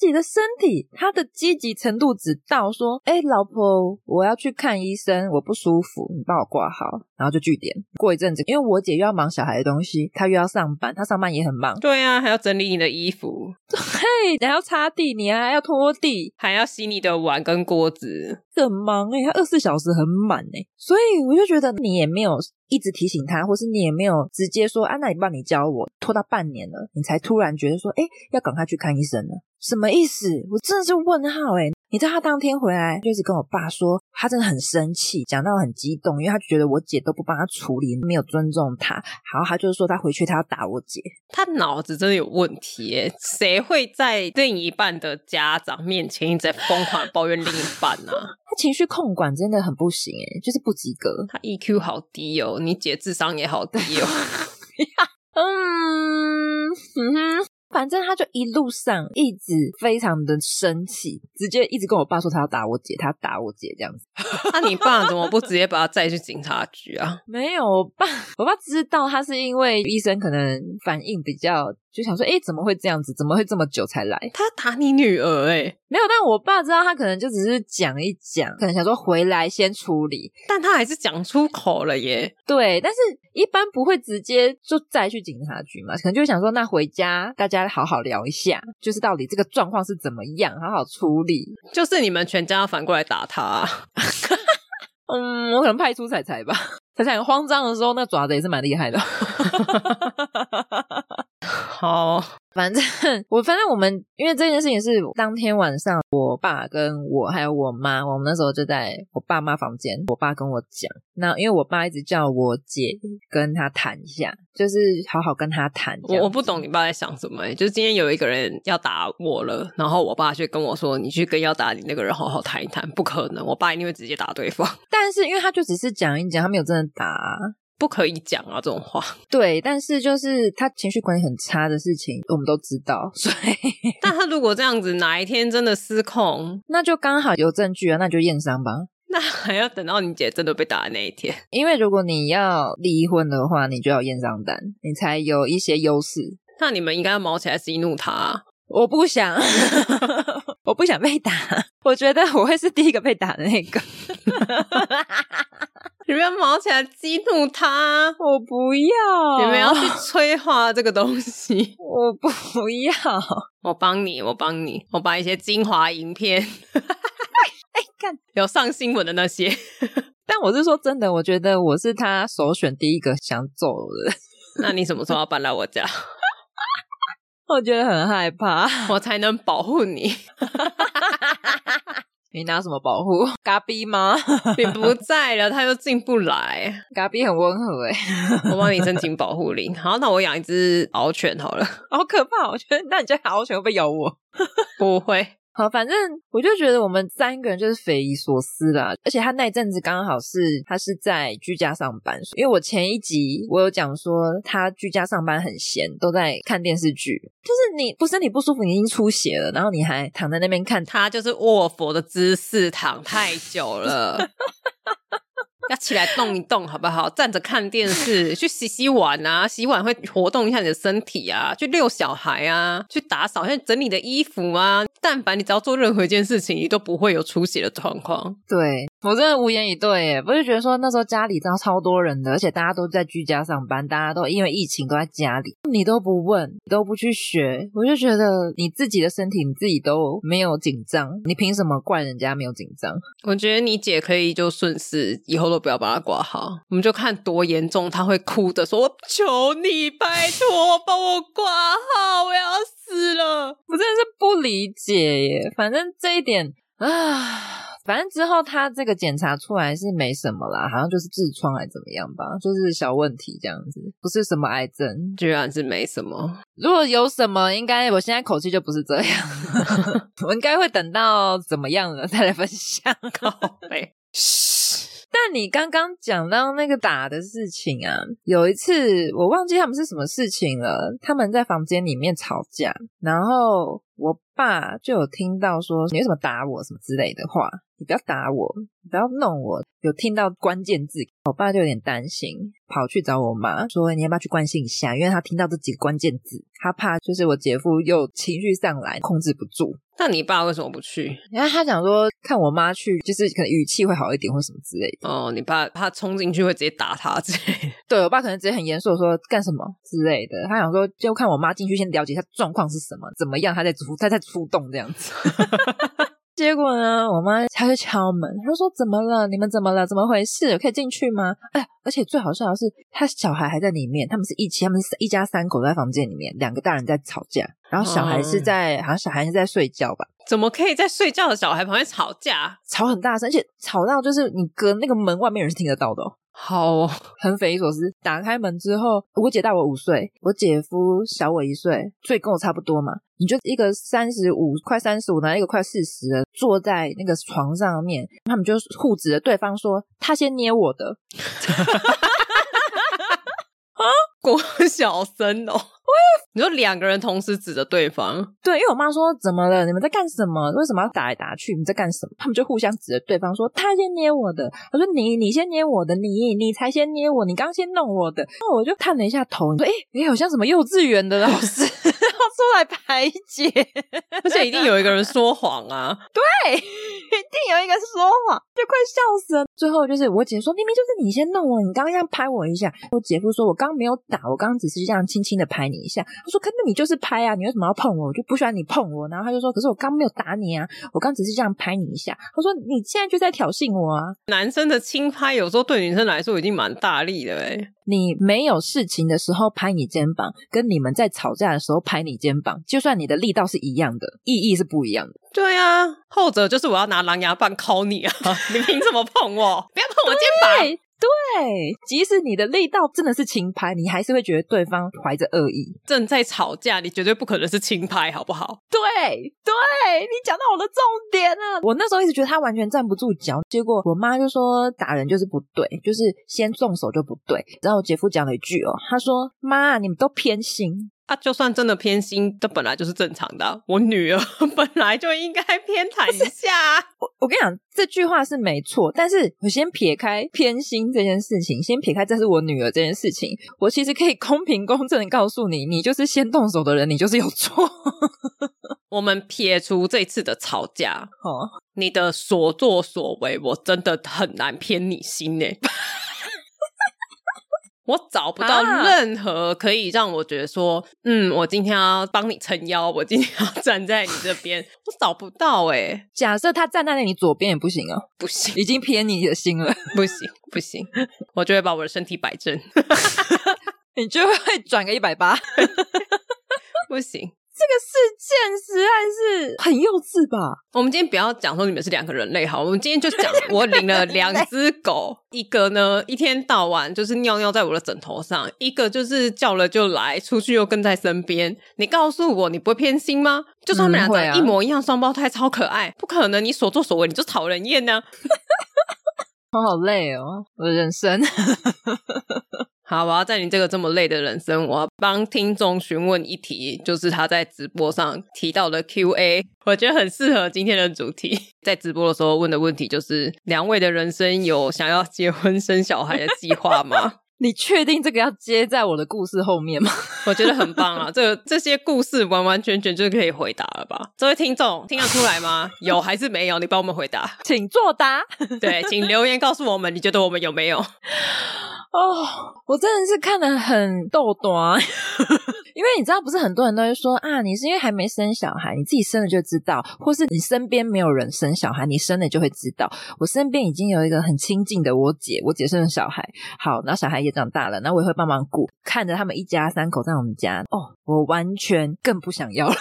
[SPEAKER 2] 自己的身体，他的积极程度只到说：“哎、老婆，我要去看医生，我不舒服，你帮我挂号。”然后就据点。过一阵子，因为我姐又要忙小孩的东西，她又要上班，她上班也很忙，
[SPEAKER 1] 对啊，还要整理你的衣服，
[SPEAKER 2] 嘿，你还要擦地，你还要拖地，
[SPEAKER 1] 还要洗你的碗跟锅子。
[SPEAKER 2] 很忙哎、她二十四小时很满哎、所以我就觉得你也没有一直提醒她，或是你也没有直接说：“啊，那你帮你教我。”拖到半年了，你才突然觉得说：“哎、要赶快去看医生了。”什么意思？我真的是问号哎、你知道他当天回来就一直跟我爸说，他真的很生气，讲到很激动，因为他觉得我姐都不帮他处理，没有尊重他。然后他就说他回去他要打我姐，
[SPEAKER 1] 他脑子真的有问题耶！谁会在另一半的家长面前一直在疯狂地抱怨另一半啊？ *laughs*
[SPEAKER 2] 他情绪控管真的很不行诶、就是不及格。
[SPEAKER 1] 他 EQ 好低哦，你姐智商也好低哦。 *laughs*
[SPEAKER 2] 嗯，嗯哼，反正他就一路上一直非常的生气，直接一直跟我爸说他要打我姐，他要打我姐这样子。
[SPEAKER 1] 那你爸怎么不直接把他载去警察局啊？
[SPEAKER 2] 没有，我爸，我爸知道他是因为医生可能反应比较，就想说，诶，怎么会这样子？怎么会这么久才来？
[SPEAKER 1] 他打你女儿哎，
[SPEAKER 2] 没有，但我爸知道他可能就只是讲一讲，可能想说回来先处理。
[SPEAKER 1] 但他还是讲出口了耶。
[SPEAKER 2] 对，但是一般不会直接就再去警察局嘛，可能就会想说，那回家大家好好聊一下，就是到底这个状况是怎么样，好好处理。
[SPEAKER 1] 就是你们全家反过来打他啊、 *laughs*
[SPEAKER 2] 嗯，我可能派出彩彩吧。彩彩很慌张的时候，那爪子也是蛮厉害的。
[SPEAKER 1] 好，
[SPEAKER 2] *laughs* 反正我反正我们因为这件事情是当天晚上，我爸跟我还有我妈，我们那时候就在我爸妈房间，我爸跟我讲，那因为我爸一直叫我姐跟他谈一下，就是好好跟他谈。
[SPEAKER 1] 我我不懂你爸在想什么、欸，就是今天有一个人要打我了，然后我爸却跟我说：“你去跟要打你那个人好好谈一谈。”不可能，我爸一定会直接打对方， *laughs*
[SPEAKER 2] 但是因为他就只是讲一讲，他没有真的打啊、
[SPEAKER 1] 不可以讲啊这种话。
[SPEAKER 2] 对，但是就是他情绪管理很差的事情，我们都知道，所以 *laughs*
[SPEAKER 1] 但他如果这样子，哪一天真的失控，
[SPEAKER 2] 那就刚好有证据啊，那就验伤吧。
[SPEAKER 1] 那还要等到你姐真的被打的那一天。 *laughs*
[SPEAKER 2] 因为如果你要离婚的话，你就要验伤单，你才有一些优势。
[SPEAKER 1] 那你们应该要毛起来激怒他、啊。
[SPEAKER 2] 我不想， *laughs* 我不想被打，我觉得我会是第一个被打的那个，
[SPEAKER 1] 你们要毛起来激怒他，啊
[SPEAKER 2] 我不要，
[SPEAKER 1] 你们要去催化这个东西。 *laughs*
[SPEAKER 2] 我不要，
[SPEAKER 1] 我帮你，我帮你，我把一些精华影片 *laughs*
[SPEAKER 2] 哎，看，
[SPEAKER 1] 有上新闻的那些， *laughs*
[SPEAKER 2] 但我是说真的，我觉得我是他首选第一个想走的， *laughs*
[SPEAKER 1] 那你什么时候要搬来我家，
[SPEAKER 2] 我觉得很害怕。
[SPEAKER 1] *laughs* 我才能保护 *laughs* 你？
[SPEAKER 2] 你拿什么保护？嘎逼吗？ *laughs*
[SPEAKER 1] 你不在了，他又进不来。
[SPEAKER 2] 嘎逼很温和哎、
[SPEAKER 1] 我帮你申请保护令。好，那我养一只獒犬好了。
[SPEAKER 2] 好可怕！我觉得那你家獒犬会不会咬我？
[SPEAKER 1] 不会，
[SPEAKER 2] 好，反正我就觉得我们三个人就是匪夷所思啦。而且他那一阵子刚好是他是在居家上班，因为我前一集我有讲说他居家上班很闲，都在看电视剧。就是你不身体不舒服，你已经出血了，然后你还躺在那边看
[SPEAKER 1] 他就是卧佛的姿势躺太久 *laughs* 了。要起来动一动，好不好？站着看电视，去洗洗碗啊，洗碗会活动一下你的身体啊，去遛小孩啊，去打扫，像整理的衣服啊。但凡你只要做任何一件事情，你都不会有出血的状况。
[SPEAKER 2] 对我真的无言以对耶，我就觉得说那时候家里真的超多人的，而且大家都在居家上班，大家都因为疫情都在家里，你都不问，你都不去学，我就觉得你自己的身体你自己都没有紧张，你凭什么怪人家没有紧张？
[SPEAKER 1] 我觉得你姐可以就顺势，以后都不要把她挂号，我们就看多严重，她会哭着说：“我求你，拜托，帮我挂号，我要死了。
[SPEAKER 2] 我真的是不理解耶，反正这一点啊。反正之后他这个检查出来是没什么啦，好像就是痔疮还怎么样吧，就是小问题这样子，不是什么癌症”。
[SPEAKER 1] 居然是没什么，
[SPEAKER 2] 如果有什么，应该我现在口气就不是这样， *laughs* 我应该会等到怎么样了再来分享。 *laughs*
[SPEAKER 1] 靠背。
[SPEAKER 2] 但你刚刚讲到那个打的事情啊，有一次我忘记他们是什么事情了，他们在房间里面吵架，然后我爸就有听到说你为什么打我什么之类的话，你不要打我，你不要弄我，有听到关键字，我爸就有点担心，跑去找我妈说你要不要去关心一下，因为他听到这几个关键字，他怕就是我姐夫又情绪上来控制不住，
[SPEAKER 1] 那你爸为什么不去？
[SPEAKER 2] 然后他想说看我妈去，就是可能语气会好一点或什么之类的。
[SPEAKER 1] 哦，你爸怕冲进去会直接打他之类的。 *laughs*
[SPEAKER 2] 对我爸可能直接很严肃的说干什么之类的，他想说就看我妈进去先了解一下状况是什么，怎么样，他在出他在出动这样子。 *laughs* 结果呢，我妈她就敲门，她就说怎么了？你们怎么了？怎么回事？可以进去吗？哎，而且最好笑的是，他小孩还在里面，他们是一起，他们是一家三口都在房间里面，两个大人在吵架，然后小孩是在、好像小孩是在睡觉吧，
[SPEAKER 1] 怎么可以在睡觉的小孩旁边吵架？
[SPEAKER 2] 吵很大声，而且吵到就是你隔那个门外面有人是听得到的、哦。
[SPEAKER 1] 好、哦，
[SPEAKER 2] 很匪夷所思。打开门之后，我姐大我五岁，我姐夫小我一岁，所以跟我差不多嘛。你就一个三十五，快三十五，然后一个快四十的，坐在那个床上面，他们就互指着对方说：“他先捏我的。
[SPEAKER 1] 国小生哦， *laughs* 你说两个人同时指着对方，”
[SPEAKER 2] 对，因为我妈说：“怎么了？你们在干什么？为什么要打来打去？你们在干什么？”他们就互相指着对方说：“他先捏我的。”我说：“你，你先捏我的，你，你才先捏我，你刚先弄我的。”那我就探了一下头，你说：“哎、你好像什么幼稚园的老师 *laughs* 要出来排解。”
[SPEAKER 1] 而且一定有一个人说谎啊！
[SPEAKER 2] 对，一定有一个说谎，就快笑死了。最后就是我姐说，明明就是你先弄我，你刚刚这样拍我一下。我姐夫说，我刚没有打，我刚刚只是这样轻轻的拍你一下。他说，可那你就是拍啊，你为什么要碰我？我就不喜欢你碰我。然后他就说，可是我刚没有打你啊，我刚只是这样拍你一下。他说，你现在就在挑衅我啊，
[SPEAKER 1] 男生的轻拍有时候对女生来说已经蛮大力的哎、
[SPEAKER 2] 你没有事情的时候拍你肩膀，跟你们在吵架的时候拍你肩膀，就算你的力道是一样的，意义是不一样的。
[SPEAKER 1] 对啊，后者就是我要拿狼牙棒敲你啊！你凭什么碰我？不要碰我肩膀！
[SPEAKER 2] 对，即使你的力道真的是轻拍，你还是会觉得对方怀着恶意。
[SPEAKER 1] 正在吵架，你绝对不可能是轻拍，好不好？
[SPEAKER 2] 对对，你讲到我的重点了。我那时候一直觉得他完全站不住脚，结果我妈就说打人就是不对，就是先动手就不对。然后我姐夫讲了一句哦，他说：“妈，你们都偏心。”
[SPEAKER 1] 啊，就算真的偏心，这本来就是正常的啊、我女儿本来就应该偏袒一下啊。
[SPEAKER 2] 我我跟你讲，这句话是没错，但是我先撇开偏心这件事情，先撇开这是我女儿这件事情，我其实可以公平公正的告诉你，你就是先动手的人，你就是有错。 *laughs*
[SPEAKER 1] 我们撇除这次的吵架，
[SPEAKER 2] 哦，
[SPEAKER 1] 你的所作所为，我真的很难偏你心呢、欸 *laughs* 我找不到
[SPEAKER 2] 啊
[SPEAKER 1] 任何可以让我觉得说，嗯，我今天要帮你撑腰，我今天要站在你这边，我找不到哎、
[SPEAKER 2] 假设他站在你左边也不行哦，
[SPEAKER 1] 不行，
[SPEAKER 2] 已经偏你的心了，
[SPEAKER 1] 不行，不行，我就会把我的身体摆正， *laughs*
[SPEAKER 2] 你就会转个一百八。 *laughs* 这
[SPEAKER 1] 不行。
[SPEAKER 2] 个事件实在是很幼稚吧？
[SPEAKER 1] 我们今天不要讲说你们是两个人类好， *laughs* 我们今天就讲我领了两只狗，一个呢一天到晚就是尿尿在我的枕头上，一个就是叫了就来，出去又跟在身边。你告诉我你不会偏心吗？就是他们
[SPEAKER 2] 嗯
[SPEAKER 1] 俩
[SPEAKER 2] 会啊
[SPEAKER 1] 长一模一样，双胞胎超可爱，不可能你所作所为你就讨人厌呢、啊
[SPEAKER 2] 我好累哦，我的人生。 *laughs*
[SPEAKER 1] 好，我要在你这个这么累的人生，我要帮听众询问一题，就是他在直播上提到的 Q&A，我 *laughs* 觉得很适合今天的主题。在直播的时候问的问题就是：两位的人生有想要结婚生小孩的计划吗？
[SPEAKER 2] 你确定这个要接在我的故事后面吗？ *laughs*
[SPEAKER 1] 我觉得很棒啊，这这些故事完完全全就可以回答了吧？这位听众听得出来吗？有还是没有？你帮我们回答。
[SPEAKER 2] 请作答。
[SPEAKER 1] 对，请留言告诉我们，你觉得我们有没有？
[SPEAKER 2] 哦，我真的是看得很逗短， *laughs* 因为你知道，不是很多人都会说啊，你是因为还没生小孩，你自己生了就知道，或是你身边没有人生小孩，你生了就会知道。我身边已经有一个很亲近的我姐，我姐生了小孩，好，然后小孩也长大了，然后我也会帮忙顾，看着他们一家三口在我们家，哦，我完全更不想要了。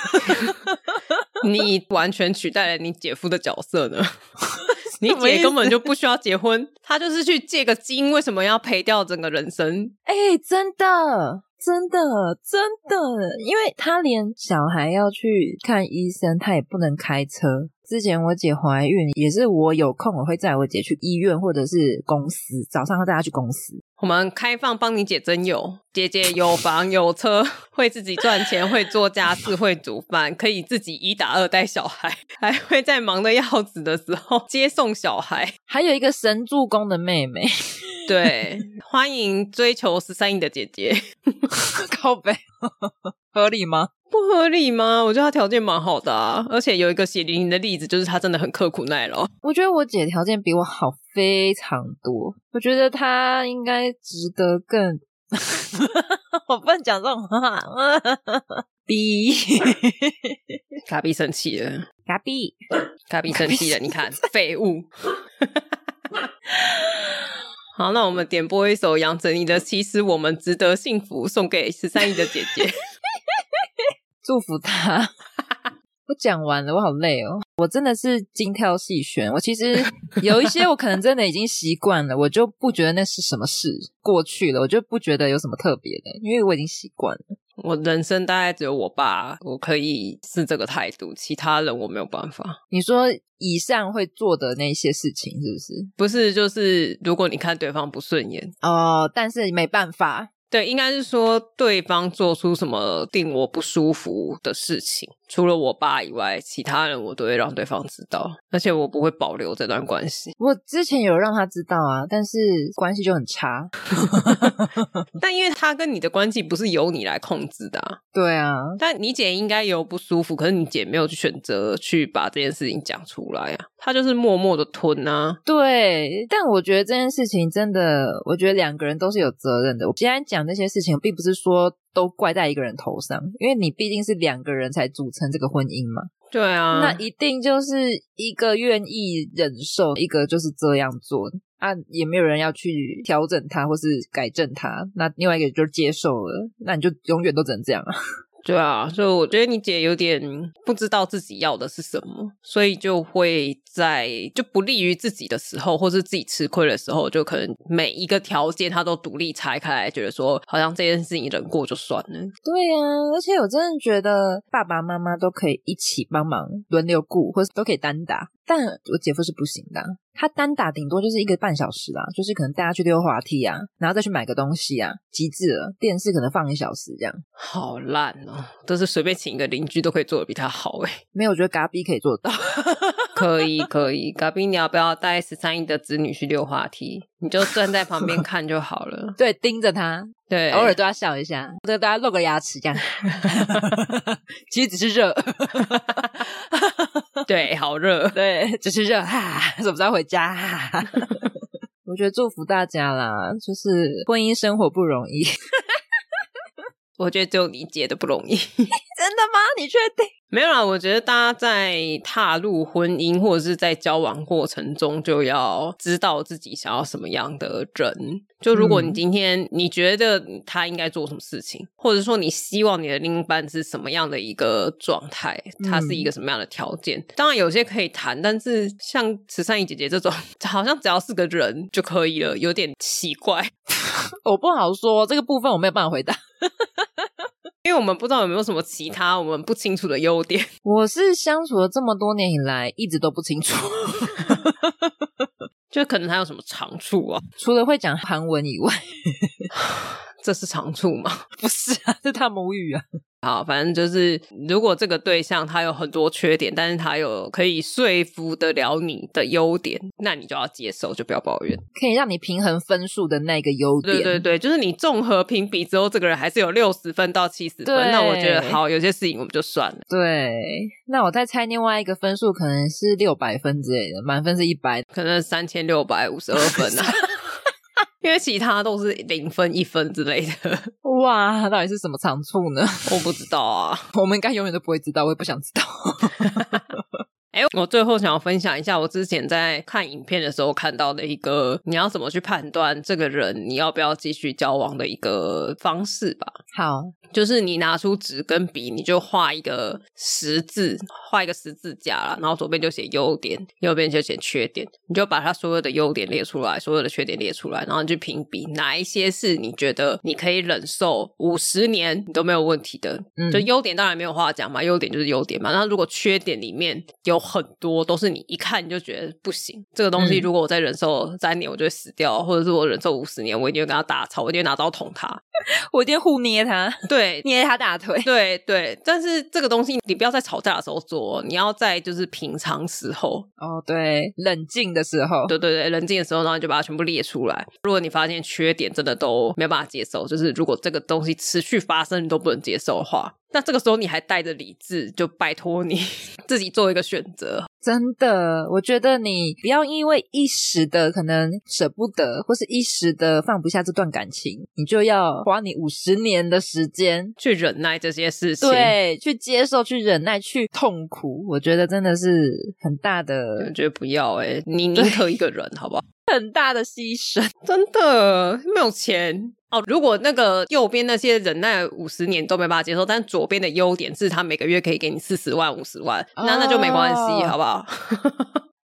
[SPEAKER 1] *laughs* 你完全取代了你姐夫的角色
[SPEAKER 2] *laughs*
[SPEAKER 1] 呢。你
[SPEAKER 2] 么意
[SPEAKER 1] 姐
[SPEAKER 2] 思
[SPEAKER 1] 根本就不需要结婚，她就是去借个精，为什么要赔掉整个人生？
[SPEAKER 2] 哎、真的，真的，真的，因为他连小孩要去看医生，他也不能开车。之前我姐怀孕，也是我有空我会载我姐去医院或者是公司，早上要带她去公司。
[SPEAKER 1] 我们开放帮你姐真有，姐姐有房有车，会自己赚钱，会做家事，会煮饭，可以自己一打二带小孩，还会在忙得要死的时候接送小孩。
[SPEAKER 2] 还有一个神助攻的妹 *laughs* 妹，
[SPEAKER 1] 对，欢迎追求十三亿的姐姐，
[SPEAKER 2] 靠背合理吗？
[SPEAKER 1] 不合理吗？我觉得她条件蛮好的啊，而且有一个血淋淋的例子，就是她真的很刻苦耐劳。
[SPEAKER 2] 我觉得我姐条件比我好非常多，我觉得她应该值得更。 *laughs* 我不能讲这种话， *laughs* 逼 *laughs*
[SPEAKER 1] 卡比生气了。
[SPEAKER 2] 嘎逼。
[SPEAKER 1] 卡比生气了，你看，废物。好，那我们点播一首杨丞琳的《其实我们值得幸福》，送给十三亿的姐姐。 *laughs*
[SPEAKER 2] 祝福他。 *laughs* 我讲完了，我好累哦，我真的是精挑细选。我其 *laughs* 实有一些我可能真的已经习惯了，我就不觉得那是什么事，过去了，我就不觉得有什么特别的，因为我已经习惯了。
[SPEAKER 1] 我人生大概只有我爸，我可以是这个态度，其他人我没有办法。
[SPEAKER 2] 你说以上会做的那些事情是不是？
[SPEAKER 1] 不是，就是如果你看对方不顺眼，
[SPEAKER 2] 哦，但是没办法，
[SPEAKER 1] 对，应该是说对方做出什么令我不舒服的事情，除了我爸以外，其他人我都会让对方知道，而且我不会保留这段关系。
[SPEAKER 2] 我之前有让他知道啊，但是关系就很差。
[SPEAKER 1] 但因为他跟你的关系不是由你来控制的、啊，
[SPEAKER 2] 对啊，
[SPEAKER 1] 但你姐应该有不舒服，可是你姐没有去选择去把这件事情讲出来啊，她就是默默的吞啊。
[SPEAKER 2] 对，但我觉得这件事情真的，我觉得两个人都是有责任的。我今天讲这些事情，并不是说都怪在一个人头上，因为你毕竟是两个人才组成这个婚姻嘛，
[SPEAKER 1] 对啊，
[SPEAKER 2] 那一定就是一个愿意忍受，一个就是这样做啊，也没有人要去调整他或是改正他，那另外一个就接受了，那你就永远都只能这样啊。
[SPEAKER 1] 对啊，所以我觉得你姐有点不知道自己要的是什么，所以就会在就不利于自己的时候，或是自己吃亏的时候，就可能每一个条件她都独立拆开来，觉得说好像这件事情忍过就算了。
[SPEAKER 2] 对呀、而且我真的觉得爸爸妈妈都可以一起帮忙轮流顾，或是都可以单打。但我姐夫是不行的啊、他单打顶多就是一个半小时啦，就是可能带他去溜滑梯啊，然后再去买个东西啊，极致了。电视可能放一小时这样，
[SPEAKER 1] 好烂哦，都是随便请一个邻居都可以做的比她好哎。
[SPEAKER 2] 没有，我觉得嘎逼可以做到。 *laughs*
[SPEAKER 1] 可以可以，嘎比，你要不要带十三亿的子女去溜滑梯？你就站在旁边看就好
[SPEAKER 2] *laughs*。
[SPEAKER 1] 了
[SPEAKER 2] 对，盯着他，
[SPEAKER 1] 对，
[SPEAKER 2] 偶尔都要笑一下，对，大家露个牙齿这样。其实只是热，
[SPEAKER 1] 对，好热。 *laughs*
[SPEAKER 2] 对， *laughs* 只是热哈，什么时候回家？哈 *laughs* 我觉得祝福大家啦，就是婚姻生活不容易。 *laughs*
[SPEAKER 1] 我觉得只有你姐的不容易。
[SPEAKER 2] 真的吗？你确定？ *laughs*
[SPEAKER 1] 没有啦，我觉得大家在踏入婚姻或者是在交往过程中，就要知道自己想要什么样的人。就如果你
[SPEAKER 2] 嗯
[SPEAKER 1] 今天你觉得他应该做什么事情，或者说你希望你的另一半是什么样的一个状态，他是一个什么样的条件，当然有些可以谈，但是像慈善怡姐姐这种，好像只要是个人就可以了，有点奇怪。
[SPEAKER 2] 我不好说这个部分，我没有办法回答。
[SPEAKER 1] 因为我们不知道有没有什么其他我们不清楚的优点，
[SPEAKER 2] *laughs* 我是相处了这么多年以来，一直都不清楚， *laughs*
[SPEAKER 1] 就可能他有什么长处啊？
[SPEAKER 2] 除了会讲韩文以外，
[SPEAKER 1] 这是长处吗？
[SPEAKER 2] 不是啊，是他母语啊。 *laughs*
[SPEAKER 1] 好，反正就是，如果这个对象他有很多缺点，但是他有可以说服得了你的优点，那你就要接受，就不要抱怨。
[SPEAKER 2] 可以让你平衡分数的那个优嗯点。
[SPEAKER 1] 对对对，就是你综合评比之后，这个人还是有六十分到七十分，
[SPEAKER 2] 对
[SPEAKER 1] 那我觉得好，有些事情我们就算了。
[SPEAKER 2] 对那我再猜另外一个分数，可能是六百分之类的，满分是一百。
[SPEAKER 1] 可能三千六百五十二
[SPEAKER 2] *laughs*
[SPEAKER 1] 分啊， *laughs* 因为其他都是零分、一分之类的，
[SPEAKER 2] 哇，到底是什么长处呢？ *laughs*
[SPEAKER 1] 我不知道啊。
[SPEAKER 2] 我们应该永远都不会知道，我也不想知道。
[SPEAKER 1] 哎，我最后想要分享一下，我之前在看影片的时候看到的一个，你要怎么去判断这个人你要不要继续交往的一个方式吧。
[SPEAKER 2] *laughs* 好，
[SPEAKER 1] 就是你拿出纸跟笔，你就画一个十字，画一个十字架啦，然后左边就写优点，右边就写缺点，你就把它所有的优点列出来，所有的缺点列出来，然后你去评比哪一些是你觉得你可以忍受五十年你都没有问题的。
[SPEAKER 2] 嗯
[SPEAKER 1] 就优点当然没有话讲嘛，优点就是优点嘛。那如果缺点里面有很多都是你一看你就觉得不行，这个东西
[SPEAKER 2] 嗯
[SPEAKER 1] 如果我再忍受三年我就会死掉，或者是我忍受五十年，我一定会跟他打吵，我一定会拿刀捅他。
[SPEAKER 2] 我一定互捏他，
[SPEAKER 1] 对，
[SPEAKER 2] 捏他大腿。
[SPEAKER 1] 对对，但是这个东西你不要在吵架的时候做哦，你要在就是平常时候，
[SPEAKER 2] 哦，对，冷静的时候，
[SPEAKER 1] 对对对，冷静的时候，然后你就把它全部列出来。如果你发现缺点真的都没有办法接受，就是如果这个东西持续发生你都不能接受的话，那这个时候你还带着理智，就拜托你 *laughs* 自己做一个选择。
[SPEAKER 2] 真的，我觉得你不要因为一时的可能舍不得，或是一时的放不下这段感情，你就要花你五十年的时间，
[SPEAKER 1] 去忍耐这些事情，
[SPEAKER 2] 对，去接受、去忍耐、去痛苦。我觉得真的是很大
[SPEAKER 1] 我
[SPEAKER 2] 的、
[SPEAKER 1] 觉得不要哎、你宁可一个人，好不好？
[SPEAKER 2] *laughs* 很大的牺牲。
[SPEAKER 1] 真的没有钱哦。如果那个右边那些忍耐五十年都没办法接受，但左边的优点是他每个月可以给你四十万、五十万，那那就没关系，
[SPEAKER 2] 哦
[SPEAKER 1] 好不好？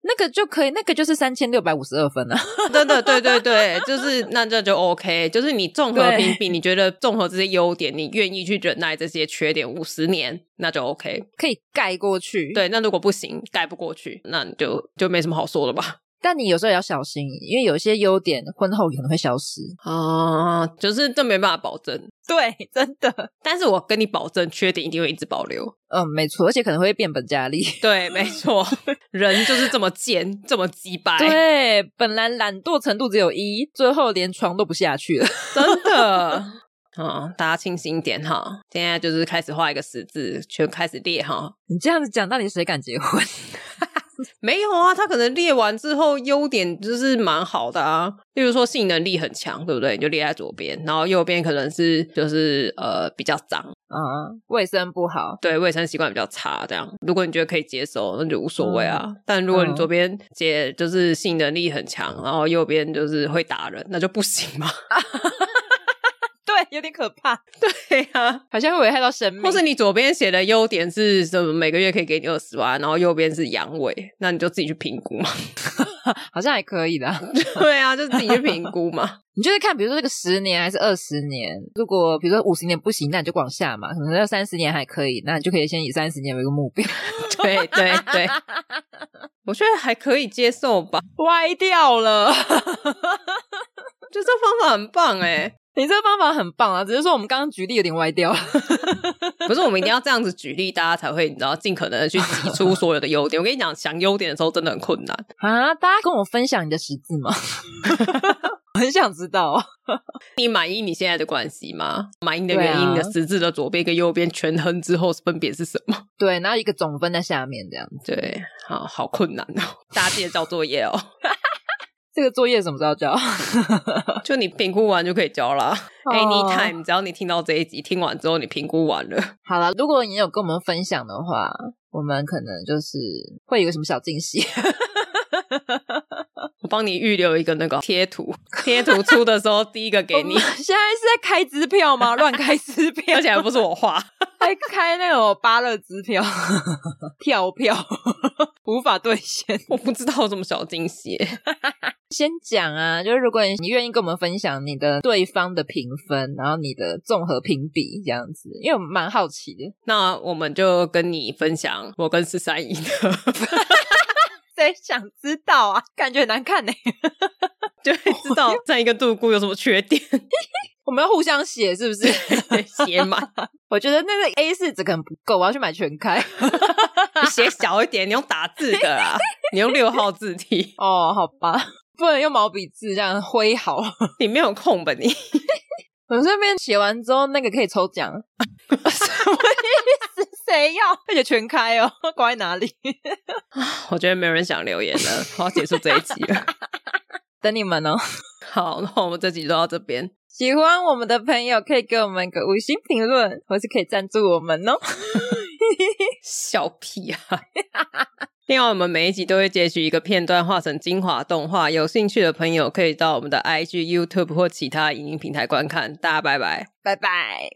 [SPEAKER 2] 那个就可以，那个就是三千六百五十二分啊。
[SPEAKER 1] 真的，对对对，就是那这就 OK，就是你综合
[SPEAKER 2] 对
[SPEAKER 1] 评比，你觉得综合这些优点，你愿意去忍耐这些缺点五十年，那就 OK。
[SPEAKER 2] *laughs* 可以盖过去。，
[SPEAKER 1] 对，那如果不行，盖不过去，那你就就没什么好说的吧。 *laughs*
[SPEAKER 2] 但你有时候也要小心，因为有些优点婚后可能会消失。
[SPEAKER 1] 啊、就是这没办法保证，
[SPEAKER 2] 对，真的。
[SPEAKER 1] 但是我跟你保证，缺点一定会一直保留。
[SPEAKER 2] 嗯，没错，而且可能会变本加厉。
[SPEAKER 1] 对，没
[SPEAKER 2] *laughs*
[SPEAKER 1] 错，人就是这么贱，这么鸡
[SPEAKER 2] 哎
[SPEAKER 1] 掰，
[SPEAKER 2] 对，本来懒惰程度只有一，最后连床都不下去了。 *laughs*
[SPEAKER 1] 真的。 *laughs* 嗯，大家清醒一点哈！现在就是开始画一个十字，全开始列哈。
[SPEAKER 2] 你这样子讲，到底谁敢结婚？ *laughs*
[SPEAKER 1] 没有啊，他可能列完之后优点就是蛮好的啊，例如说性能力很强，对不对？你就列在左边，然后右边可能是就是呃比较脏，
[SPEAKER 2] 啊、卫生不好，
[SPEAKER 1] 对卫生习惯比较差这样。如果你觉得可以接受，那就无所谓啊。但如果你
[SPEAKER 2] 嗯
[SPEAKER 1] 左边姐就是性能力很强，然后右边就是会打人，那就不行嘛。
[SPEAKER 2] 对，有点可怕，
[SPEAKER 1] *laughs* 对啊，
[SPEAKER 2] 好像会危害到生命。
[SPEAKER 1] 或是你左边写的优点是什么？每个月可以给你二十万，然后右边是阳痿，那你就自己去评估
[SPEAKER 2] *laughs*
[SPEAKER 1] 嘛。
[SPEAKER 2] 好像还可以的。
[SPEAKER 1] 对啊，就是自己去评估嘛。
[SPEAKER 2] 你就是看，比如说这个十年还是二十年，如果比如说五十年不行，那你就往下嘛，可能要三十年还可以，那你就可以先以三十年为一个目标，
[SPEAKER 1] *laughs* 对对对，我觉得还可以接受吧。
[SPEAKER 2] 歪掉了。
[SPEAKER 1] 就这方法很棒哎、
[SPEAKER 2] *laughs*
[SPEAKER 1] *laughs*
[SPEAKER 2] 你这个方法很棒啊，只是说我们刚刚举例有点歪掉。
[SPEAKER 1] 不是我们一定要这样子举例，大家才会你知道尽可能的去挤出所有的优点。我跟你讲，想优点的时候真的很困难。
[SPEAKER 2] 啊，大家跟我分享你的十字
[SPEAKER 1] *laughs*
[SPEAKER 2] 吗？我很想知道哦。
[SPEAKER 1] 你满意你现在的关系吗？满意的
[SPEAKER 2] 对
[SPEAKER 1] 原因，
[SPEAKER 2] 啊
[SPEAKER 1] 你的十字的左边跟右边权衡之后分别是什么？
[SPEAKER 2] 对，然后一个总分在下面这样
[SPEAKER 1] *laughs*
[SPEAKER 2] 子。
[SPEAKER 1] 对，好好困难哦， *laughs* 大家记得交作业哦。
[SPEAKER 2] 这个作业什么时候交？
[SPEAKER 1] *laughs* 就你评估完就可以交啦。Anytime，只要你听到这一集，听完之后你评估完了，
[SPEAKER 2] 哦好了，如果你有跟我们分享的话，我们可能就是会有个什么小惊喜。
[SPEAKER 1] 我帮你预留一个那个贴图，贴图出的时候第一个给你
[SPEAKER 2] *laughs* 我，们现在是在开支
[SPEAKER 1] *laughs*
[SPEAKER 2] 票吗？乱开支票，
[SPEAKER 1] 而且还不是我画。
[SPEAKER 2] 还开那种芭乐支
[SPEAKER 1] *laughs*
[SPEAKER 2] 票、跳票，无法兑现。
[SPEAKER 1] 我不知道有什么小惊喜耶，
[SPEAKER 2] 先讲啊，就是如果你愿意跟我们分享你的对方的评分，然后你的综合评比这样子，因为我蛮好奇的。
[SPEAKER 1] 那我们就跟你分享我跟十三姨的，
[SPEAKER 2] 谁想知道啊？ *laughs* 感觉很难看呢、
[SPEAKER 1] 就会知道这样一个度孤有什么缺点，
[SPEAKER 2] 我们要互相写是不是？ *laughs*
[SPEAKER 1] 写满，
[SPEAKER 2] 我觉得那个 A 四纸可能不够，我要去买全开。 *laughs*
[SPEAKER 1] 你写小一点，你用打字的啦，你用六号字体，
[SPEAKER 2] 哦，好吧，不能用毛笔字这样挥毫。 *laughs*
[SPEAKER 1] 你没有空吧你？ *laughs*
[SPEAKER 2] 我这边写完之后，那个可以抽奖。 *laughs* 什么意思？谁要？而且全开哦， *laughs* 挂在哪里？
[SPEAKER 1] 我觉得没有人想留言了，我要结束这一集了。 *laughs*
[SPEAKER 2] 等你们哦。
[SPEAKER 1] 好，那我们这集就到这边。
[SPEAKER 2] 喜欢我们的朋友可以给我们一个五星评论，或是可以赞助我们哦。 *laughs*
[SPEAKER 1] 笑屁啊！ *laughs* 另外，我们每一集都会截取一个片段，画成精华动画。有兴趣的朋友可以到我们的 IG、YouTube 或其他影音平台观看。大家拜拜。
[SPEAKER 2] 拜拜。